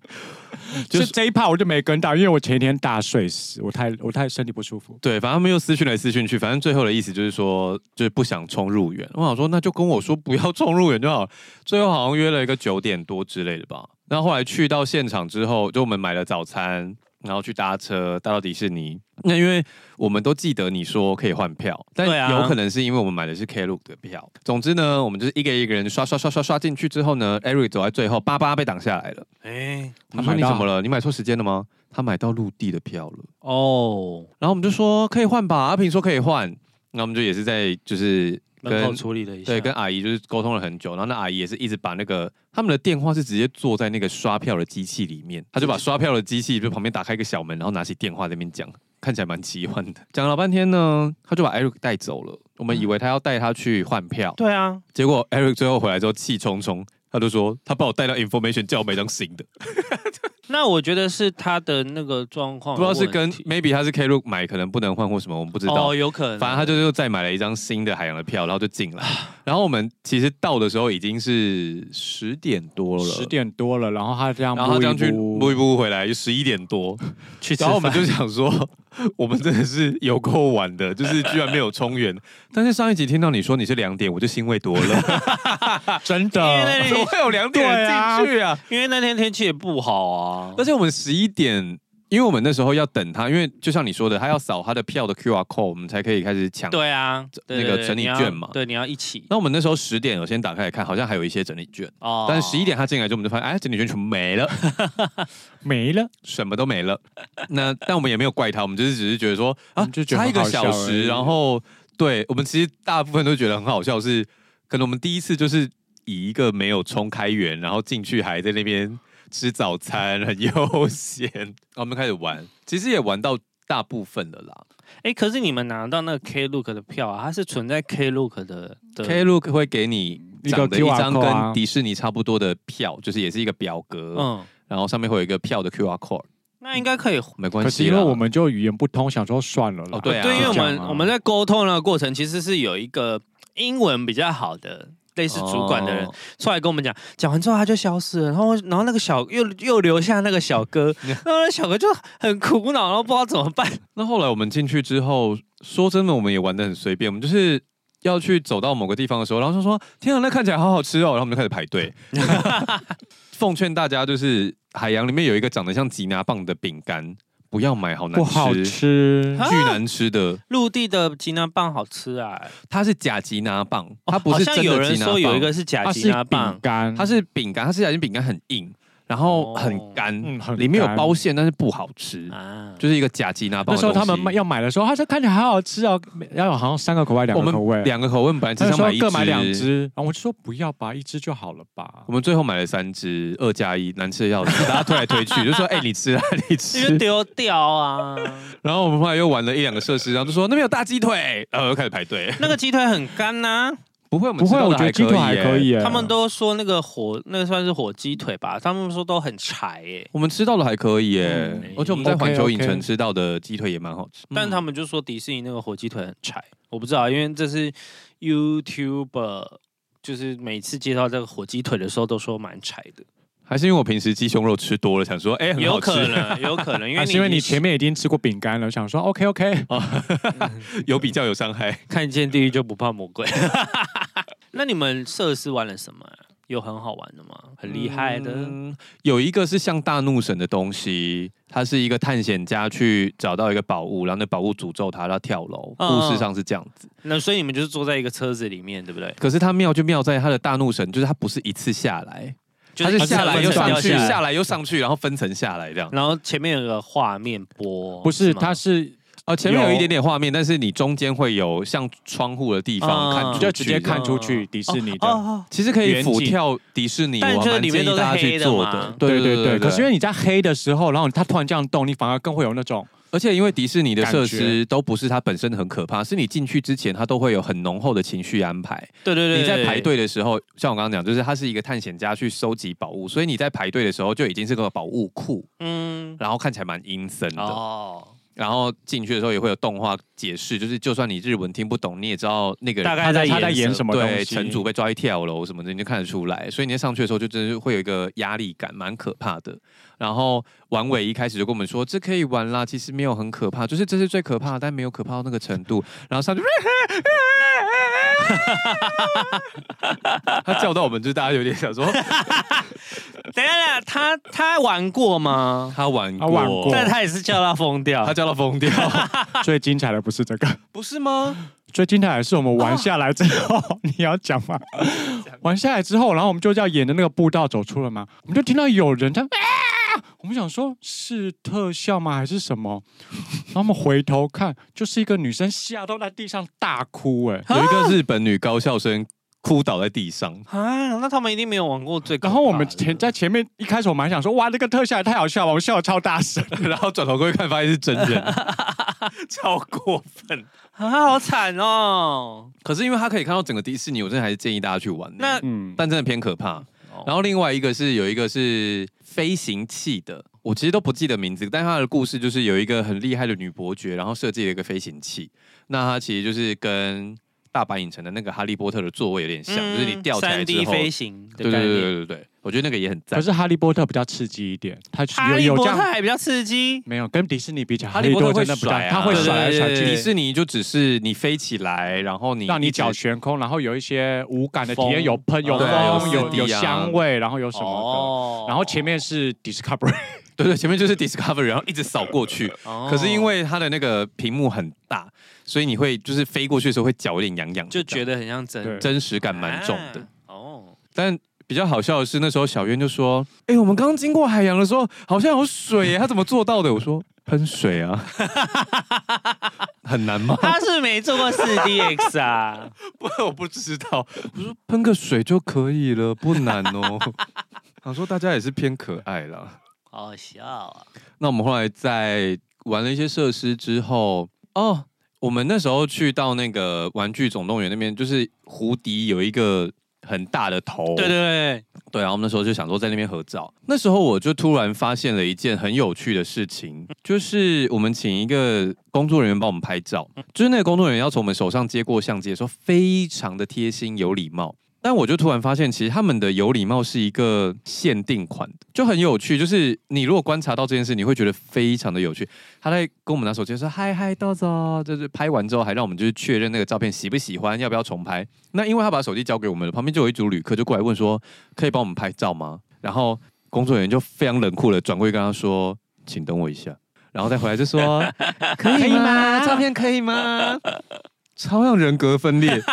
就是这一趴我就没跟到，因为我前一天大睡死，我太我太身体不舒服。对，反正他们又私讯来私讯去，反正最后的意思就是说，就是不想冲入园。我想说，那就跟我说不要冲入园就好了。最后好像约了一个九点多之类的吧。然后后来去到现场之后，就我们买了早餐，然后去搭车搭到迪士尼。那因为我们都记得你说可以换票，但对啊有可能是因为我们买的是 Klook 的票。总之呢，我们就是一个一个人刷刷刷刷刷进去之后呢，Eric 走在最后，巴巴被挡下来了。哎，他说买你到怎么了？你买错时间了吗？他买到陆地的票了。哦，然后我们就说可以换吧，阿平说可以换，那我们就也是在就是门口跟处理了一下，对跟阿姨就是沟通了很久，然后那阿姨也是一直把那个他们的电话是直接坐在那个刷票的机器里面，他就把刷票的机器就旁边打开一个小门，然后拿起电话在那边讲，看起来蛮奇幻的。讲了老半天呢，他就把 Eric 带走了，我们以为他要带他去换票，对啊，结果 Eric 最后回来之后气冲冲，他就说他把我带到 information 叫我买张新的，那我觉得是他的那个状况不有哦知问道题，是跟 maybe 他是 Klook 买可能不能换或什么，我们不知道哦，。有可能，反正他就是又再买了一张新的海洋的票，然后就进来。然后我们其实到的时候已经是十点多了，十，点多了，然后他这样然后他摸这一样去摸不一步回来就十一点多。去吃然后我们饭就想说， 我们真的是有够晚的，就是居然没有冲圆。但是上一集听到你说你是两点，我就欣慰 多了。真因为那的，里 怎么会有两点对啊进去啊？因为那天天气也不好啊。而且我们十一点。因为我们那时候要等他，因为就像你说的，他要扫他的票的 QR code，我们才可以开始抢对啊，对那对个对整理你要券嘛对，你要一起那我们那时候十点有先打开来看，好像还有一些整理券，哦。但是十一点他进来之后，我们就发现，哎，整理券全没了，没了，什么都没了。 那但我们也没有怪他，我们就是只是觉得说啊，嗯就觉得差一个很好笑小而时，已然后对我们其实大部分都觉得很好笑是，可能我们第一次就是以一个没有冲开园，然后进去还在那边吃早餐，很悠 闲，然哦后我们开始玩，其实也玩到大部分了啦。哎，可是你们拿到那个 Klook 的票啊，它是存在 Klook 的的 Klook 会给你一个长得一 QR 张 code 啊跟迪士尼差不多的票，就是也是一个表格，嗯，然后上面会有一个票的 QR code，那应该可以。没关可系是啦，因为我们就语言不通，想说算了啦。哦对啊对，因为我就这们样啊我们在沟通的过程其实是有一个英文比较好的。类似主管的人哦出来跟我们讲，讲完之后他就消失了，然后然后那个小又又留下那个小 哥，然后那小哥就很苦恼，然后不知道怎么办。那后来我们进去之后，说真的，我们也玩的很随便，我们就是。要去走到某个地方的时候，然后就说：“天啊，那看起来好好吃哦！”然后我们就开始 排队。奉劝大家，就是海洋里面有一个长得像吉拿棒的饼干，不要买，好不难吃，好吃啊巨难吃的。陆地的吉拿棒好吃啊，它是假吉拿棒，它不哦好是像真有的人吉拿棒。说有一个是它假吉是拿棒饼，干，它是饼干，它是假吉饼干很硬，然后很干，嗯，很里面有干包馅，但是不好吃，哦啊，就是一个假鸡拿包那的时候东西。他们卖要买的时候，他说看起来好好吃哦，要有好像三个口味，两我个口味们，两个口味本来只他想说买一各买两，只，然后我就说不要吧，一只就好了吧我。们最后买了三只，二加一，难吃的要死，大家推来推去， 就说哎、你吃啊这你就吃。丢掉 啊。然后我们后来又玩了一两个设施，然后就说那边有大鸡腿，然后又开始排队。那个鸡腿很干呐、不会，我们不会，吃到我的觉得鸡腿还耶可以耶。他们都说那个火，那个算是火鸡腿吧，他们说都很柴耶、我们吃到的还可以耶，嗯而且我们在环球影 OK，OK 城吃到的鸡腿也蛮好吃。但嗯他们就说迪士尼那个火鸡腿很柴，我不知道，因为这是 YouTuber，就是每次介绍这个火鸡腿的时候都说蛮柴的，还是因为我平时鸡胸肉吃多了，想说哎、很有好吃，可能，有可能，因 啊，为是因为你已经前面已经吃过饼干了，想说 OK OK，哦 有比较有伤害。看见地狱就不怕魔鬼。 那你们设施玩了什么啊、有很好玩的吗？很厉害的，嗯有一个是像大怒神的东西，它是一个探险家去找到一个宝物，然后那宝物诅咒他，他跳楼。嗯故事上是这样子，那所以你们就是坐在一个车子里面，对不对？可是他妙就妙在他的大怒神，就是他不是一次下来，就他是下来又分上掉去，下下来又上去，然后分层下来这样。然后前面有个画面播，不是，吗它是呃，前面有有一点点画面，但是你中间会有像窗户的地方嗯看哦出去，就直接看出去嗯迪士尼哦的，哦，其实可以远景俯眺迪士尼，但我还这蛮里面都建议是大家黑去的做嘛对对对。可是因为为你在黑的时候，然后它突然这样动，你反而更会有那种而且因为迪士尼的感设觉施都不是它本身很可怕，是你进去之前它都会有很浓厚的情绪安排。对对对，你在对排，队的时候，像我刚刚讲，就是它是一个探险家去收集宝物，所以你在排队的时候就已经是个宝物库，嗯，然后看起来蛮阴森的。哦，然后进去的时候也会有动画解释，就是就算你日文听不懂，你也知道那个人大概他在他在演演什什么么东对，西。城主被抓去跳楼什么的，你就看得出来。所以你在上去的时候，就真的是会有一个压力感，蛮可怕的。然后王伟一开始就跟我们说，这可以玩啦，其实没有很可怕，就是这是最可怕的，但没有可怕到那个程度。然后上去， 他叫到我们，就是大家有点想说，等一下，他他玩过吗？他玩过，他玩过但他也是叫他疯掉他，叫到疯掉， 最精彩的不是这个， 不是吗？最精彩的是我们玩下来之后，哦 你要讲吗？玩下来之后，然后我们就要沿着那个步道走出了嘛，我们就听到有人在、啊，我们想说是特效吗还是什么？然后我们回头看，就是一个女生吓到在地上大哭、 哎。有一个日本女高校生哭倒在地上， 啊，那他们一定没有玩过最可怕的。然后我们前在前面一开始我们还想说，哇，那个特效也太好笑了，我们笑的超大声。然后转头过去看，发现是真人，超过分。啊，好惨哦。 可是因为它可以看到整个迪士尼，我真的还是建议大家去玩。那嗯，但真的偏可怕。然后后另外一个是有一个是飞行器的，我其实都不记得名字，但它的故事就是有一个很厉害的女伯爵，然后设计了一个飞行器。那它其实就是跟大阪影城的那个哈利波特的座位有点像，就是你吊起嗯来三之 D 后，飞行的对对概对对念。对对，我觉得那个也很可赞。是哈利波特比较刺激一点，它哈利有有波这特样还比较刺激，没有跟迪士尼比起来，哈哈利利波波特特真的比较会甩啊它会甩来甩对对迪对去，士尼就只是你飞起来，然后你让你一直脚悬空，然后有一些无感的体风验，有喷、有对啊风、有有四 D 有啊哦香味，然后有什么的。然后前面是 Discovery，对对，前面就是 Discovery，然后一直扫过去，哦，可是因为它的那个屏幕很大，所以你会就是飞过去的时候会脚有点痒痒的，就觉得得很像真对真实感蛮重的。啊 哦，但比较好笑的是，那时候小渊就说：“哎、我们刚刚经过海洋的时候，好像有水耶，他怎么做到的？”我说：“喷水 啊，很难吗他是没做过四 DX 啊，？”不，我不知道。我说：“喷个水就可以了，不难 哦。”想说大家也是偏可爱啦。好好笑啊！那我们后来在玩了一些设施之后，哦，我们那时候去到那个玩具总动员那边，就是胡迪有一个很大的头，对对对，对，啊然后我们那时候就想说在那边合照。那时候我就突然发现了一件很有趣的事情，就是我们请一个工作人员帮我们拍照，就是那个工作人员要从我们手上接过相机的时候，非常的贴心有礼貌。但我就突然发现，其实他们的有礼貌是一个限定款的，就很有趣。就是你如果观察到这件事，你会觉得非常的有趣。他在跟我们拿手机说：“嗨嗨，豆豆。”就是拍完之后，还让我们就是确认那个照片喜不喜欢，要不要重拍。那因为他把手机交给我们了，旁边就有一组旅客就过来问说：“可以帮我们拍照吗？然后工作人员就非常冷酷的转过去跟他说，请等我一下，然后再回来就说，可以吗？照片可以吗？超像人格分裂。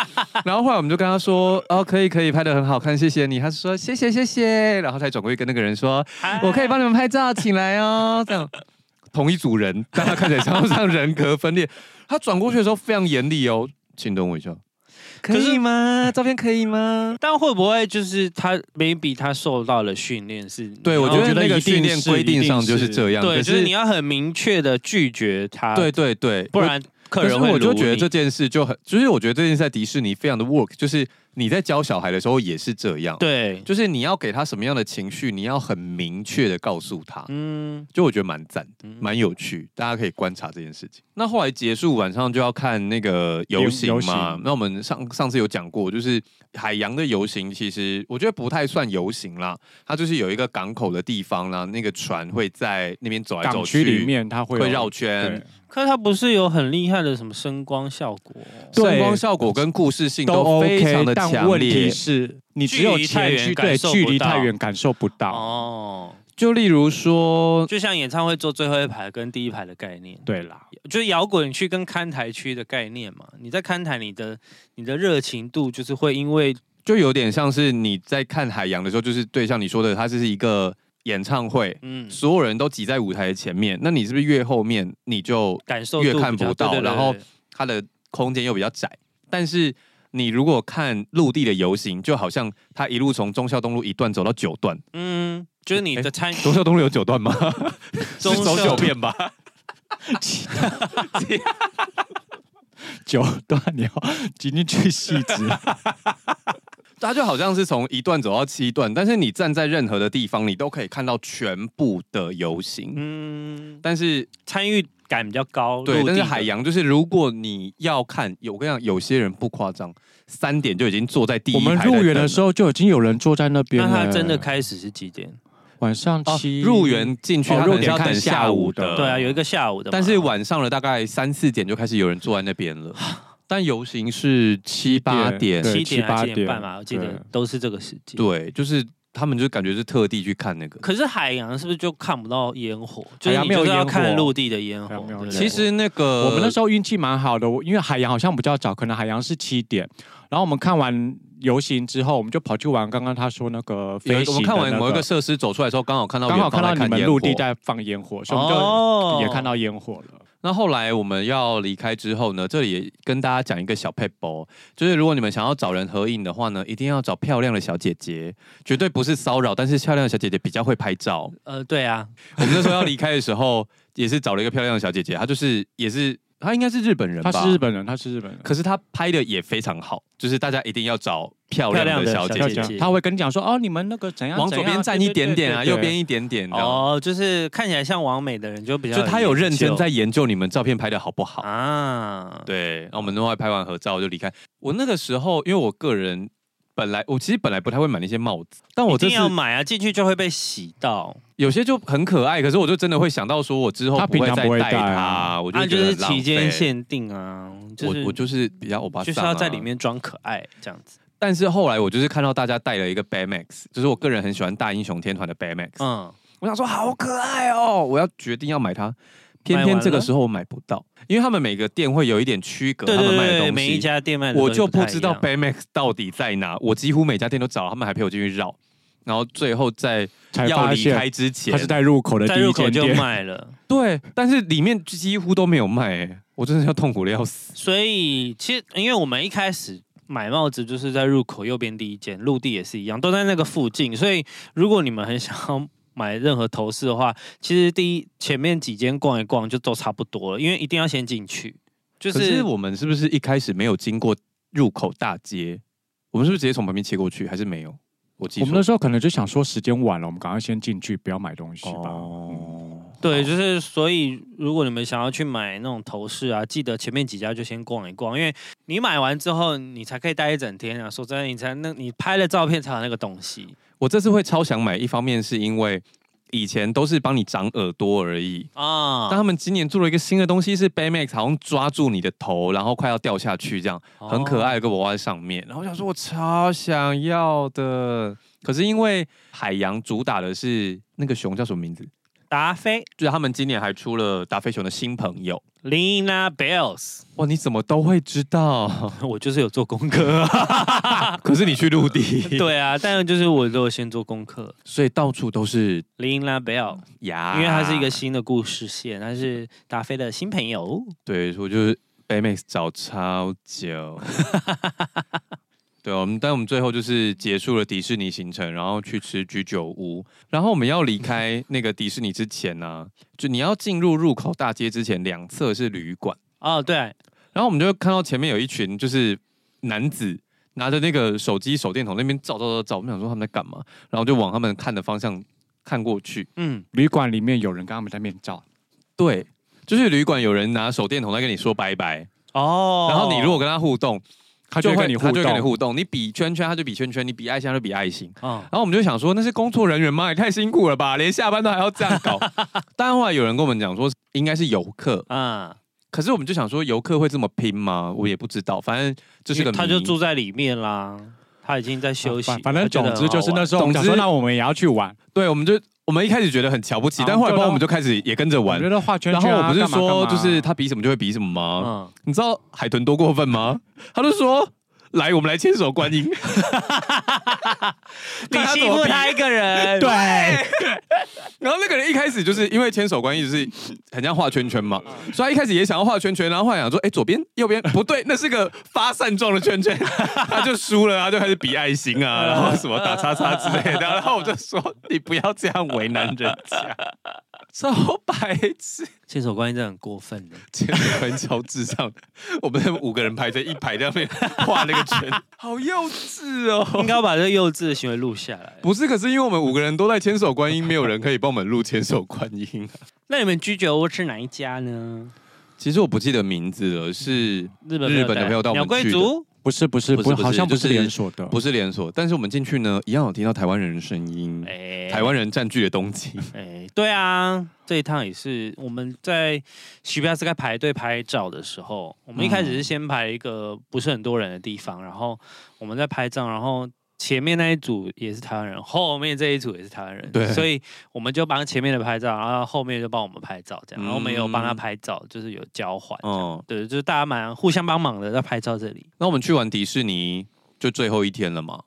然后后来我们就跟他说，哦，可以可以，拍的很好看，谢谢你。他是说谢谢谢谢，然后才转过去跟那个人说，啊我可以帮你们拍照，请来 哦。这样同一组人， 但他看起来超像人格分裂。他转过去的时候非常严厉哦，请等我一下，可是以吗？照片可以吗？但会不会就是他 maybe 他受到了训练是？对，我你要觉得那我觉得个一定训练是规定上一定就是是这样，对，可就是你要很明确的拒绝他，对，对对，不然客啊可是人会我就撸觉得你这件事就很，就是我觉得这件事在迪士尼非常的 work，就是你在教小孩的时候也是这样，，对，就是你要给他什么样的情绪，你要很明确的告诉他，嗯，就我觉得蛮赞的，嗯蛮有趣，大家可以观察这件事情。那后来结束晚上就要看那个游行游嘛行，那我们上上次有讲过，就是海洋的游行，其实我觉得不太算游行啦，它就是有一个港口的地方啦，那个船会在那边走来港走区去，里面它会有会绕圈对。可是他不是有很厉害的什么声光效果？对灯光效果跟故事性都都非常 OK，的但强问题烈。是你只距有离太前远去感对受距不离太到远感受不到，哦，就例如说，就像演唱会坐最后一排跟第一排的概念，对啦，就是摇滚区跟看台区的概念嘛。你在看台，你的你的热情度就是会因为就有点像是你在看海洋的时候，就是对像你说的，它这是一个演唱会，嗯所有人都挤在舞台的前面，那你是不是越后面你就感受越度看比较不到对对对然后对它的空间又比较窄？但是你如果看陆地的游行，就好像它一路从忠孝东路一段走到九段，嗯，就是你的参忠孝东路有九段吗？ 忠是走孝九遍吧。 九段你要 今天去细致，它就好像是从一段走到七段，但是你站在任何的地方，你都可以看到全部的游行。嗯，但是参与感比较高。对，陆但是地的海洋就是，如果你要看，有我跟你讲，有些人不夸张，三点就已经坐在第一我们排在入等园的时了候就已经有人坐在那边那了，他真的开始是几点？晚上哦七入园进去，哦他可能是入园要等看下下午午的，的对啊，有一个下午的嘛，但是晚上了，大概三四点就开始有人坐在那边 了。但游行是七八点，对七点啊七八还是七点点半嘛，我记对得都是这个时间。对，就是他们就感觉是特地去看那个。可是海洋是不是就看不到烟火？就海是洋你没有就是要烟火看陆地的烟火海洋没对有。不烟对火其实那个我们那时候运气蛮好的，我因为海洋好像比较早，可能海洋是七点，然后我们看完游行之后，我们就跑去玩刚刚他说那个有飞哎一个我行们的那看完个某一个设施走出来的时候，刚好看到刚好远方看到在你们烟陆地火在放烟火，所以我哦们就也看到烟火了。那后来我们要离开之后呢，这里也跟大家讲一个小 p e p e 就是如果你们想要找人合影的话呢，一定要找漂亮的小姐姐，绝对不是骚扰，但是漂亮的小姐姐比较会拍照。呃，对啊， 我们那时候要离开的时候，也是找了一个漂亮的小姐姐，她就是也是她应该是日本人吧，他是日本人，他是日本人。可是她拍的也非常好，就是大家一定要找漂亮的小姐漂要亮的姐小姐。讲，他会跟你讲说哦，你们那个怎样，往左边站一点点啊，右边一一点点，哦，哦，就是看起来像完美的人就比较就她有认研真究在研究你们照片拍的好不好。啊，，对，然后我们另外拍完合照就离开。我那个时候，因为我个人本来我其实本来不太会买那些帽子，但我一这定次要买啊，进去就会被洗到，有些就很可爱，可是我就真的会想到说，我之后他不平会常再不会戴戴啊它，我就啊，会就觉得是很浪期间费。限定啊，就是我我就是比较欧巴就桑、啊是要在里，面装可爱这样子，但是后来我就是看到大家戴了一个 Baymax，就是我个人很喜欢大英雄天团的 Baymax，、嗯，我想说好可爱哦，我要决定要买它，偏买偏完这个了时候我买不到，因为他们每个店会有一点区隔，对他对们卖的东对，西每一家店卖的我东西就不太知一道样 Baymax 到底在哪，我几乎每家店都找，他们还陪我进去绕，然后最后在才要发离现开之前他，是在入口的在第入一口间就店，卖了。对，但是里面几乎都没有卖、欸，我真的要痛苦的要死。所以其实因为我们一开始买帽子就是在入口右边第一间，陆地也是一样，都在那个附近。所以如果你们很想要买任何头饰的话，其实第一前面几间逛一逛就都差不多了，因为一定要先进去。就可是是我们是不是一开始没有经过入口大街？我们是不是直接从旁边切过去，还是没有？我记我错们那时候可能就想说时间晚了，我们赶快先进去，不要买东西吧。哦，对，好就是所以如果你们想要去买那种头饰啊，记得前面几家就先逛一逛，因为你买完之后你才可以待一整天啊。说真的，你才那你拍了照片才有那个东西我这次会超想买，一方面是因为以前都是帮你长耳朵而已，啊。但他们今年做了一个新的东西，是 Baymax 好像抓住你的头，然后快要掉下去这样。哦很哦可爱，一个娃娃在上面。然后我想说，我超想要的，可是因为海洋主打的是那个熊叫什么名字？达菲、就是他们今年还出了达菲熊的新朋友。 Lina Bells，哇，你怎么都会知道？我就是有做功课、啊 可是你去陆 地，，对啊，但是就是我都有先做功课。所以到处都是 Lina Bell，牙，因为它是一啊个新的故事线，它是达菲的新朋友。对，所以我就是 Baymax 找超久。对，我们但我们最后就是结束了迪士尼行程，然后去吃居酒屋。然后我们要离开那个迪士尼之前呢、就你要进入入口大街之前，两侧是旅馆。哦，对，然后我们就会看到前面有一群就是男子拿着那个手机手电筒那边照照照照，我们想说他们在干嘛，然后就往他们看的方向看过去。嗯，旅馆里面有人跟他们在面罩，对，就是旅馆有人拿手电筒在跟你说拜拜，哦，然后你如果跟他互动，他就会跟你他互就会跟你动。互动，你比圈圈他就比圈圈，你比爱心他就比爱心。哦，然后我们就想说，那是工作人员吗？也太辛苦了吧，连下班都还要这样搞。但后来有人跟我们讲说，应该是游客，嗯，可是我们就想说，游客会这么拼吗？我也不知道，反正这是个他就谜啊住在里面啦，他已经在休息。反啊反正总之就是那时候我们想哦总说，之那我们也要去玩。对，我们就我们一开始觉得很瞧不起，好但后来对包括啊我们就开始也跟着我玩觉。得画圈然后圈啊我不是干嘛说干嘛就是他比什么就会比什么吗？嗯，你知道海豚多过分吗？他就说。来，我们来牵手观 音。你看他欺怎么负比他一个 人，对，然后那个人一开始就是因为牵手观音就是很像画圈圈嘛，所以他一开始也想要画圈圈，然后后来想说，哎，左边、右边不对，那是个发散状的圈 圈，他就输了，他就开始比爱心啊，然后什么打叉叉之类的。然后我就说，你不要这样为难人家， 超白痴。牵手观音真的很过分 的。千分超智障，我们五个人排在一排在那边画那个圈， 好幼稚应哦。该要把这幼稚的行为录下来。不是，可是因为我们五个人都在千手观音，没有人可以帮我们录千手观音。那你们居酒屋吃哪一家呢？其实我不记得名字了，是日本日本的朋友带我们鸟贵去的嗯族，不是不是不不是，是不是好像不就是是连锁嗯的，不是连锁？但是我们进去呢，一样有听到台湾人的声音，哎台湾人占据了东 京。哎，对啊，这一趟也是我们在徐比亚斯该排队拍照的时候，我们一开始是先排一个不是很多人的地方，然后我们在拍照，然后前面那一组也是台湾人，后面这一组也是台湾人，对所以我们就帮前面的拍照，然后后面就帮我们拍照，这样，然后我们也有帮他拍照，就是有交换，嗯，对，就是大家蛮互相帮忙的，在拍照这里。那我们去完迪士尼就最后一天了嘛，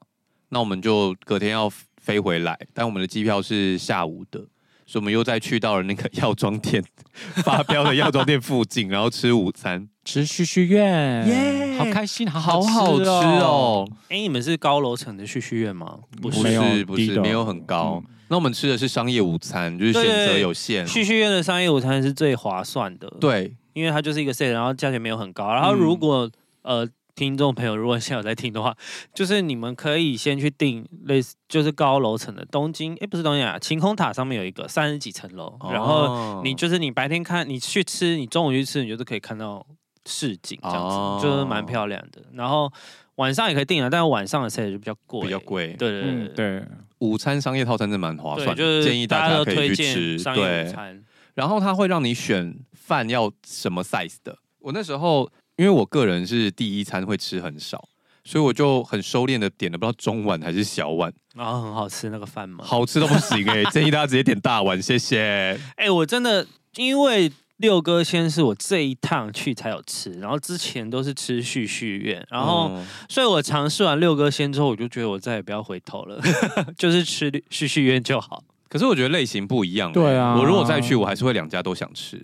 那我们就隔天要飞回来，但我们的机票是下午的，所以我们又再去到了那个药妆店 发飙的药妆店附近，然后吃午餐，吃旭旭苑，耶好开心，好好好吃哦。哦，哎，你们是高楼层的旭旭苑吗？不是没有是不低是的嗯没有很高。那我们吃的是商业午餐，就是选择有限。旭旭苑的商业午餐是最划算的，，对，因为它就是一个 set，然后价钱没有很高。然后嗯如果、呃听众朋友如果现在有在听的话，就是你们可以先去订类似就是高楼层的东京，哎不是东京啊，晴空塔上面有一个三十几层楼，哦然后后你就是你白天看你去吃，你中午去吃，你就是可以看到市景这样子，哦就是蛮漂亮的。然后晚上也可以订啊，但是晚上的 set 就比较贵，比较。贵。对对对嗯，对对，午餐商业套餐是蛮划对，算的，就是建议大家家都可推以荐去吃。商业午对，餐，然后他会让你选饭要什么 size 的。我那时候因为我个人是第一餐会吃很少，所以我就很收敛的点了不知道中碗还是小碗，然后很好吃那个饭嗯吗？好吃都不 行哎、建议大家直接点大碗，谢谢。哎、我真的因为六哥先是我这一趟去才有吃，然后之前都是吃旭旭苑，然后、嗯所以我尝试完六哥先之后，我就觉得我再也不要回头了， 就是吃旭旭苑就好。可是我觉得类型不一样、欸对啊我如果再去，我还是会两家都想吃，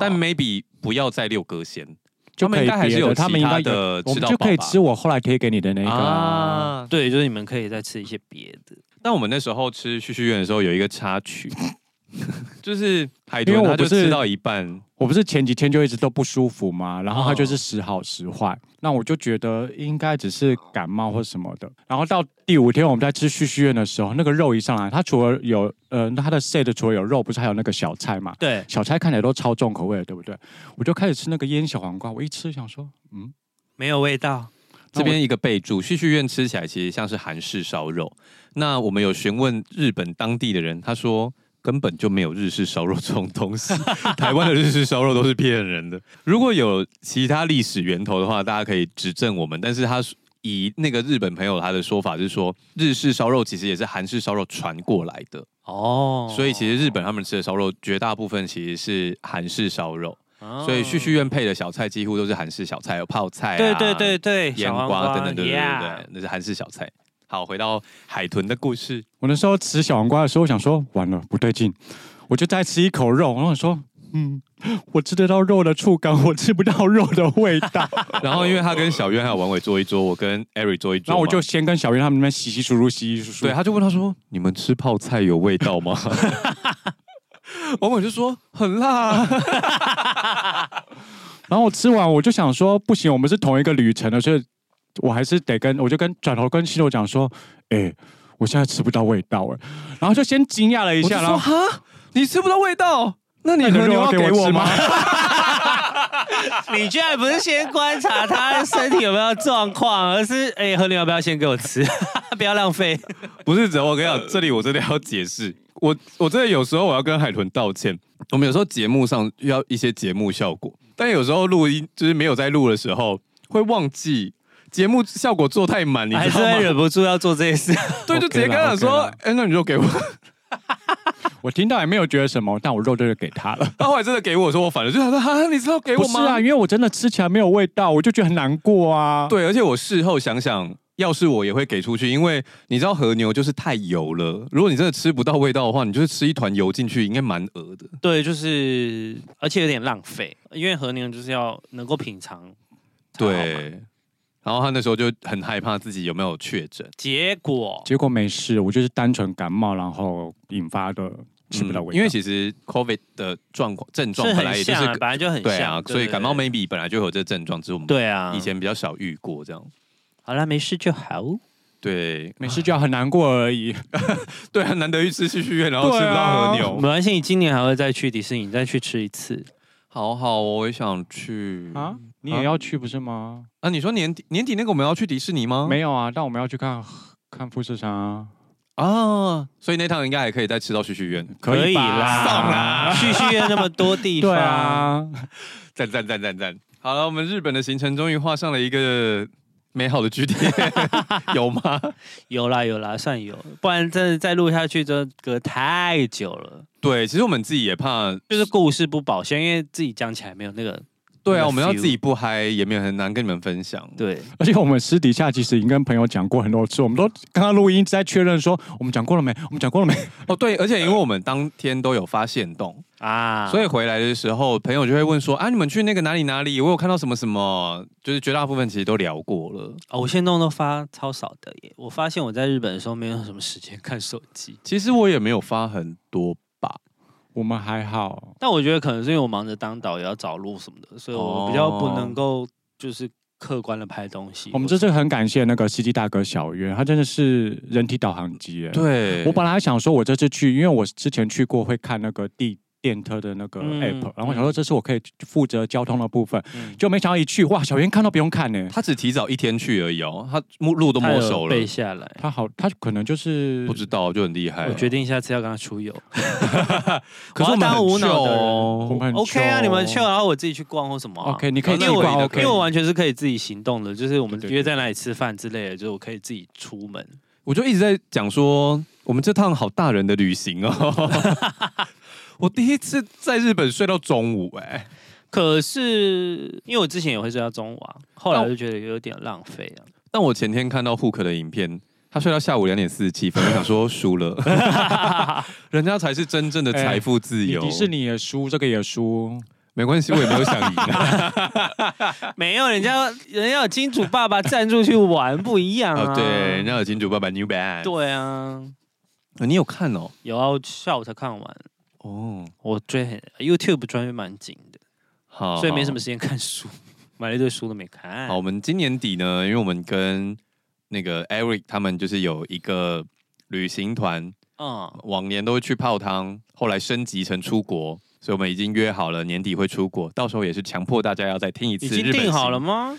但哦 maybe 不要再六哥先，就他们可以应该还是别有的他们应其该他有，的我吃们到就饱吧可以吃我后来贴给你的那个啊。啊对，就是你们可以再吃一些别的。但我们那时候吃旭旭苑的时候，有一个插曲， 就是海因豚为它我不就是吃到一半，我不是前几天就一直都不舒服嘛，然后他就是时好时坏，那我就觉得应该只是感冒或什么的。然后到第五天我们在吃旭旭苑的时候，那个肉一上来，它除了有呃它的 set 除了有肉，不是还有那个小菜嘛？对，小菜看起来都超重口味的，对不对？我就开始吃那个腌小黄瓜，我一吃想说，嗯，没有味道。这边一个备注，旭旭苑吃起来其实像是韩式烧肉。那我们有询问日本当地的人，他说根本就没有日式烧肉这种 东西，台湾的日式烧肉都是骗人的。如果有其他历史源头的话，大家可以指正我们。但是他以那个日本朋友他的说法是说，日式烧肉其实也是韩式烧肉传过来的。哦，所以其实日本他们吃的烧肉绝大部分其实是韩式烧肉，哦，所以旭旭苑配的小菜几乎都是韩式小菜，有泡菜、啊、对对对对，腌小黄瓜等等，对对对对 yeah 啊那是韩式小菜。好，回到海豚的故 事，我那时候吃小黄瓜的时候，我想说完了不对劲，我就再吃一口肉，然后我说，嗯，我吃得到肉的触感，我吃不到肉的味道。然后因为他跟小渊还有王伟坐一桌，我跟 Eric 坐一桌嘛，然后我就先跟小云他们那边洗洗漱漱，洗洗漱漱。对，他就问他说：“你们吃泡菜有味道 吗？”王伟就说：“很辣、啊。然后我吃完，我就想说，不行，我们是同一个旅程的，所以我还是得跟，我就跟转头跟西罗讲说，哎、我现在吃不到味道哎，然后就先惊讶了”一我就下，然后说：“哈，你吃不到味道，那你和那你肉牛要要给给我我吃吗吗？” 你居然不是先观察他的身体有没有状况，而是哎，和你要不要先给我吃， 不要浪费。不是，只要我跟你呃讲，这里我真的要解释，我我真的有时候我要跟海豚道歉。我们有时候节目上要一些节目效果，但有时候录音就是没有在录的时候会忘记节目效果做太满，你还知是道会吗？忍不住要做这些 事。对，就直接跟他 OK 啦说 OK 啦：“哎、那你就给我。” 我听到也没有觉得什么，但我肉就是给他了。他后来真的给我，说我反了，就想说：“哈，你知道给不我是吗？”啊，因为我真的吃起来没有味道，我就觉得很难过啊。，对，而且我事后想想，要是我也会给出去，因为你知道和牛就是太油了。如果你真的吃不到味道的话，你就是吃一团油进去，应该蛮恶的。对，就是而且有点浪费，因为和牛就是要能够品尝。，对。然后他那时候就很害怕自己有没有确诊，结果结果没事，我就是单纯感冒，然后引发的吃不到味道。嗯因为其实 COVID 的状况症状是本来很也就像、是啊，本来就很像，对啊，所以感冒 maybe 本来就有这症状，只是我们对啊，以前哦比较少遇过这样。好啦，没事就好。对没事就要很难过而已。对啊，难得一次去剧院，然后吃不到和牛，没关系，你今年还会再去迪士尼，再去吃一次。好好哦，我也想去啊啊。，你也要去不是吗？啊，你说年底年底那个我们要去迪士尼吗？没有啊，但我们要去看看富士山啊，啊，所以那趟应该还可以再啊吃到旭旭苑，可以吧啊啦送啦，旭旭苑那么多 地方，对啊，赞赞赞赞赞。好了，我们日本的行程终于画上了一个美好的句点，有吗？有啦有啦，算有，不然真的再录下去，真的隔太久了，对，其实我们自己也怕，就是故事不保鲜，因为自己讲起来没有那个对啊，那我们要 feel 自己不嗨，也没有很难跟你们分享。对。而且我们私底下其实已经跟朋友讲过很多次，我们都刚刚录音一直在确认说我们讲过了没，我们讲过了没。哦，对，而且因为我们当天都有发现动， 啊，所以回来的时候，朋友就会问说啊，你们去那个哪里哪里？我有看到什么什么，就是绝大部分其实都聊过了。哦，我现动都发超少的耶。我发现我在日本的时候没有什么时间 看手机，其实我也没有发很多吧，我们还好，但我觉得可能是因为我忙着当导游要找路什么的，所以我比较不能够就是客观的拍东西。哦我们或这者次很感谢那个司机大哥小渊，他真的是人体导航机耶。，对，我本来还想说我这次去，因为我之前去过会看那个地电车的那个嗯 app，、然后我想嗯说这次我可以负责交通的部分，嗯就没想到一去哇，小渊看都不用看呢。他只提早一天去而已哦，他路路都摸他有熟了，背下来。他好，他可能就是不知道就很厉哎害哦我。决定下次要跟他出 游。我可是我要们当很无脑 chill 的人哦我们很 OK 啊，你们 chill 去，然后我自己去逛或什么啊、 OK，你可以哦那自己我逛也 OK，因为我完全是可以自己行动的，就是我们对对对约在哪里吃饭之类的，就是我可以自己出门。我就一直在讲说，我们这趟好大人的旅 行哦。我第一次在日本睡到中午、哎，可是因为我之前也会睡到中午啊，后来我就觉得有点浪费啊。但我前天看到 Hook 的影片，他睡到下午两点四十七分，我想说输 了，人家才是真正的财富自你欸由。迪士尼也输，这个也输，没关系，我也没有想赢、 啊。没有，人家 人家有金主爸爸赞助去玩，不一样啊。哦，对，人家有金主爸爸 New Band，、对啊，哦你有看哦？有啊，我下午才看完。哦，我追很 YouTube 专业蛮紧的，好，所以没什么事。时间看书， 买了一堆书都没看。哦好，我们今年底呢，因为我们跟那个 Eric 他们就是有一个旅行团，嗯，往年都会去泡汤，后来升级成出国，所以我们已经约好了年底会出国，到时候也是强迫大家要再听一次已日本行。经定好了吗？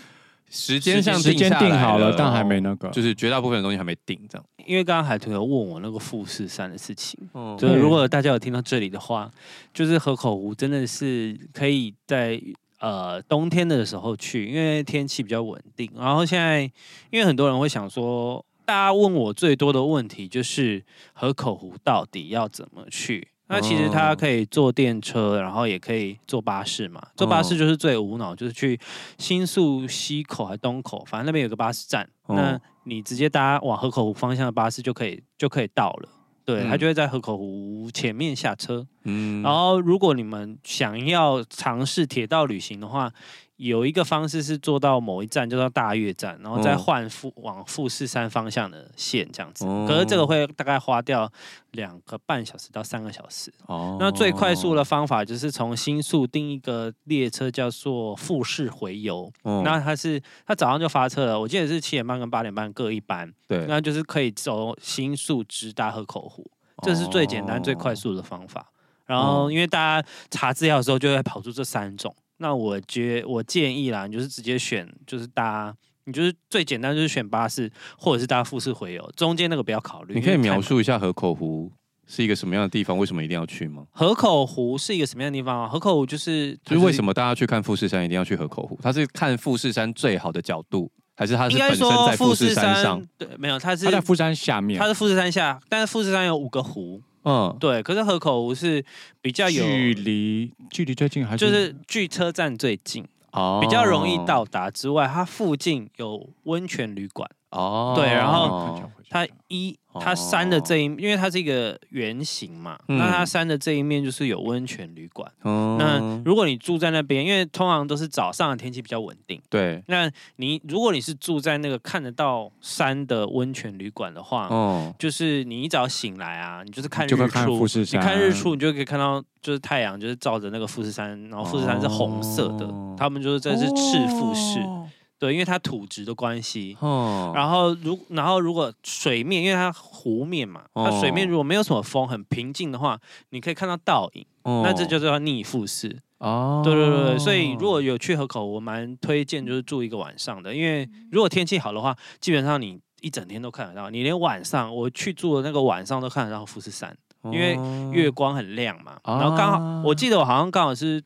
时间上时间下来定好了了，，哦但还没那个。就是绝大部分的东西还没定，这样。因为刚刚海豚有问我那个富士山的事情，嗯，就是如果大家有听到这里的话，就是河口湖真的是可以在呃冬天的时候去，因为天气比较稳定。然后现在，因为很多人会想说，大家问我最多的问题就是河口湖到底要怎么去？那其实它哦可以坐电车，然后也可以坐巴士嘛。坐巴士哦就是最无脑，就是去新宿西口还东口，反正那边有个巴士站，哦那你直接搭往河口湖方向的巴士就可以就可以到了。对，嗯它就会在河口湖前面下车。嗯然后，如果你们想要尝试铁道旅行的话，有一个方式是坐到某一站，就到大月站，然后再嗯换富、往富士山方向的线这样子。哦可是这个会大概花掉两个半小时到三个小时。哦那最快速的方法就是从新宿订一个列车，叫做富士回游。哦那它是它早上就发车了，我记得是七点半跟八点半各一班，对，那就是可以走新宿直达河口湖。这是最简单、最快哦。嗯速的方法。然后，因为大家查资料的时候就会跑出这三种，那我觉我建议啦，你就是直接选，就是搭，你就是最简单就是选巴士或者是搭富士回游，中间那个不要考虑。哦你可以因为太描述一下河口湖是一个什么样的地方？为什么一定要去吗？河口湖是一个什么样的地方啊？河口湖就是就是为什么？么大家去看富士山一定要去河口湖？它是看富士山最好的角度，还是它应是该本身说在富士士山上？对，没有，它是它在富山下面它，是富士山下，但是富士山有五个湖，嗯，对，可是河口湖是比较有，距离距离最近还是就是距车站最近。哦比较容易到达之外，它附近有温泉旅馆。哦对然哦后它一它山的这一，因为它是一个圆形嘛，嗯那它山的这一面就是有温泉旅馆。嗯那如果你住在那边，因为通常都是早上的天气比较稳定。对，那你如果你是住在那个看得到山的温泉旅馆的话，哦，就是你一早醒来啊，你就是看日就出，会看富士你山，看日出，你就可以看到就是太阳就是照着那个富士山，然后富士山是红色的，哦他们就是这是赤富士，哦对，因为它土质的关系。哦然后如然后如果水面，因为它湖面嘛，它水面哦如果没有什么风，很平静的话，你可以看到倒影，后那这就叫逆富士。哦对对对对，所以如果有去河口，我蛮推荐就是住一个晚上的，因为如果天气好的话，基本上你一整天都看得到，你连晚上我去住的那个晚上都看得到富士山，哦因为月光很亮嘛，啊然后刚好我记得我好像刚好是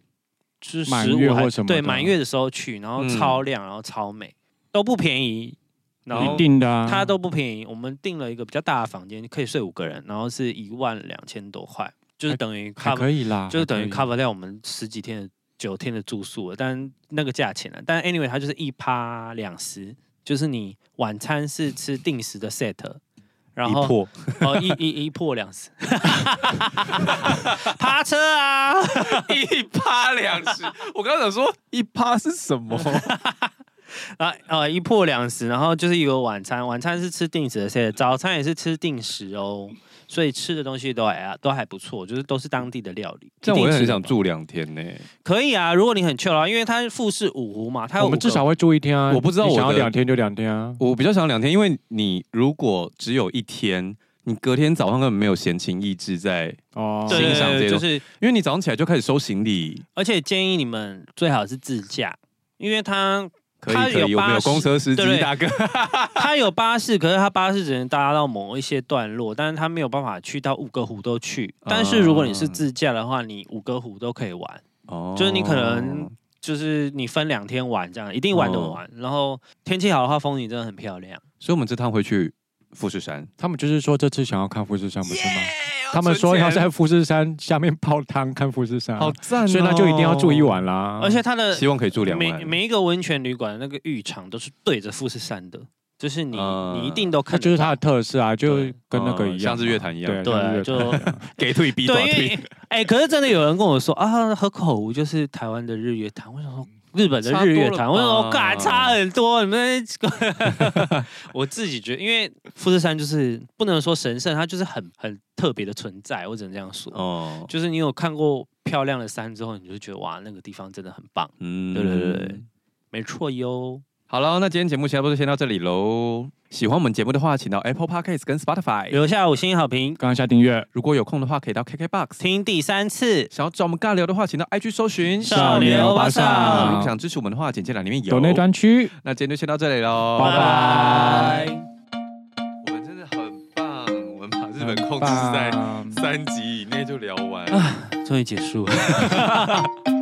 是哦满十月五还或什么的对满月的时候去，然后嗯超亮，然后超美，都不便宜，然后一定的啊，它都不便宜。我们订了一个比较大的房间，可以睡五个人，然后是一万两千多块，就是等于还 cover，可以啦，就是等于还可以啊 cover 掉我们十几天的九天的住宿了，但那个价钱呢、啊但 anyway 它就是一趴两十，就是你晚餐是吃定时的 set。然后一破 哦，一一一破两 十，趴车啊！一趴两十，我刚刚想说一趴是什 么？啊呃，一破两食，然后就是有晚餐，晚餐是吃定时的 set，早餐也是吃定时哦，所以吃的东西都还啊都还不错，就是都是当地的料理。这样我也很想一定吃得饱，住两天呢。可以啊，如果你很 chill 啊，因为它富士五湖嘛，它有我们五至个少会住一天啊。我不知道你想要我的两天就两天啊。我比较想两天，因为你如果只有一天，你隔天早上根本没有闲情逸致在，哦，对对欣赏对这些就东是，因为你早上起来就开始收行李，而且建议你们最好是自驾，因为它可以它可以，有我们巴有士公车司对对机大哥，它有巴士，可是它巴士只能搭到某一些段落，但是它没有办法去到五个湖都去。啊但是如果你是自驾的话，你五个湖都可以玩。哦就是你可能就是你分两天玩这样，一定玩得完。然后天气好的话，风景真的很漂亮。所以我们这趟回去富士山，他们就是说这次想要看富士山，不是吗？ Yeah，他们说要存钱在富士山下面泡汤看富士山啊，好赞、所以那就一定要住一，晚啦。而且它的希望可以住两每晚。每一个温泉旅馆的那个浴场都是对着富士山的，就是你、嗯你一定都啊那看得到，就是它的特色啊，就对跟那个一样嘛，嗯像是乐坛一样对啊，对就像是乐坛一样给退逼对，因为哎、可是真的有人跟我说啊，河口湖就是台湾的日月潭，我想说。日本的日月潭，差多了吧我想说，嘎差很多。你们 在我自己觉得，因为富士山就是不能说神圣，它就是很很特别的存在，我只能这样说。哦，就是你有看过漂亮的山之后，你就觉得哇，那个地方真的很棒。嗯对对对对。没错哟，好了，那今天节目其他不就先到这里喽。喜欢我们节目的话，请到 Apple Podcast 跟 Spotify。留下五星好评，刚刚下订阅。如果有空的话，可以到 KKBox。听第三次。想要找我们尬聊的话，请到 IG 搜寻少年欧巴桑想支持我们的话，简介栏里面有。有那专区，那今天就先到这里喽，拜拜。我们真的很棒，我们把日本控很制在棒三集以内就聊完。终于结束了。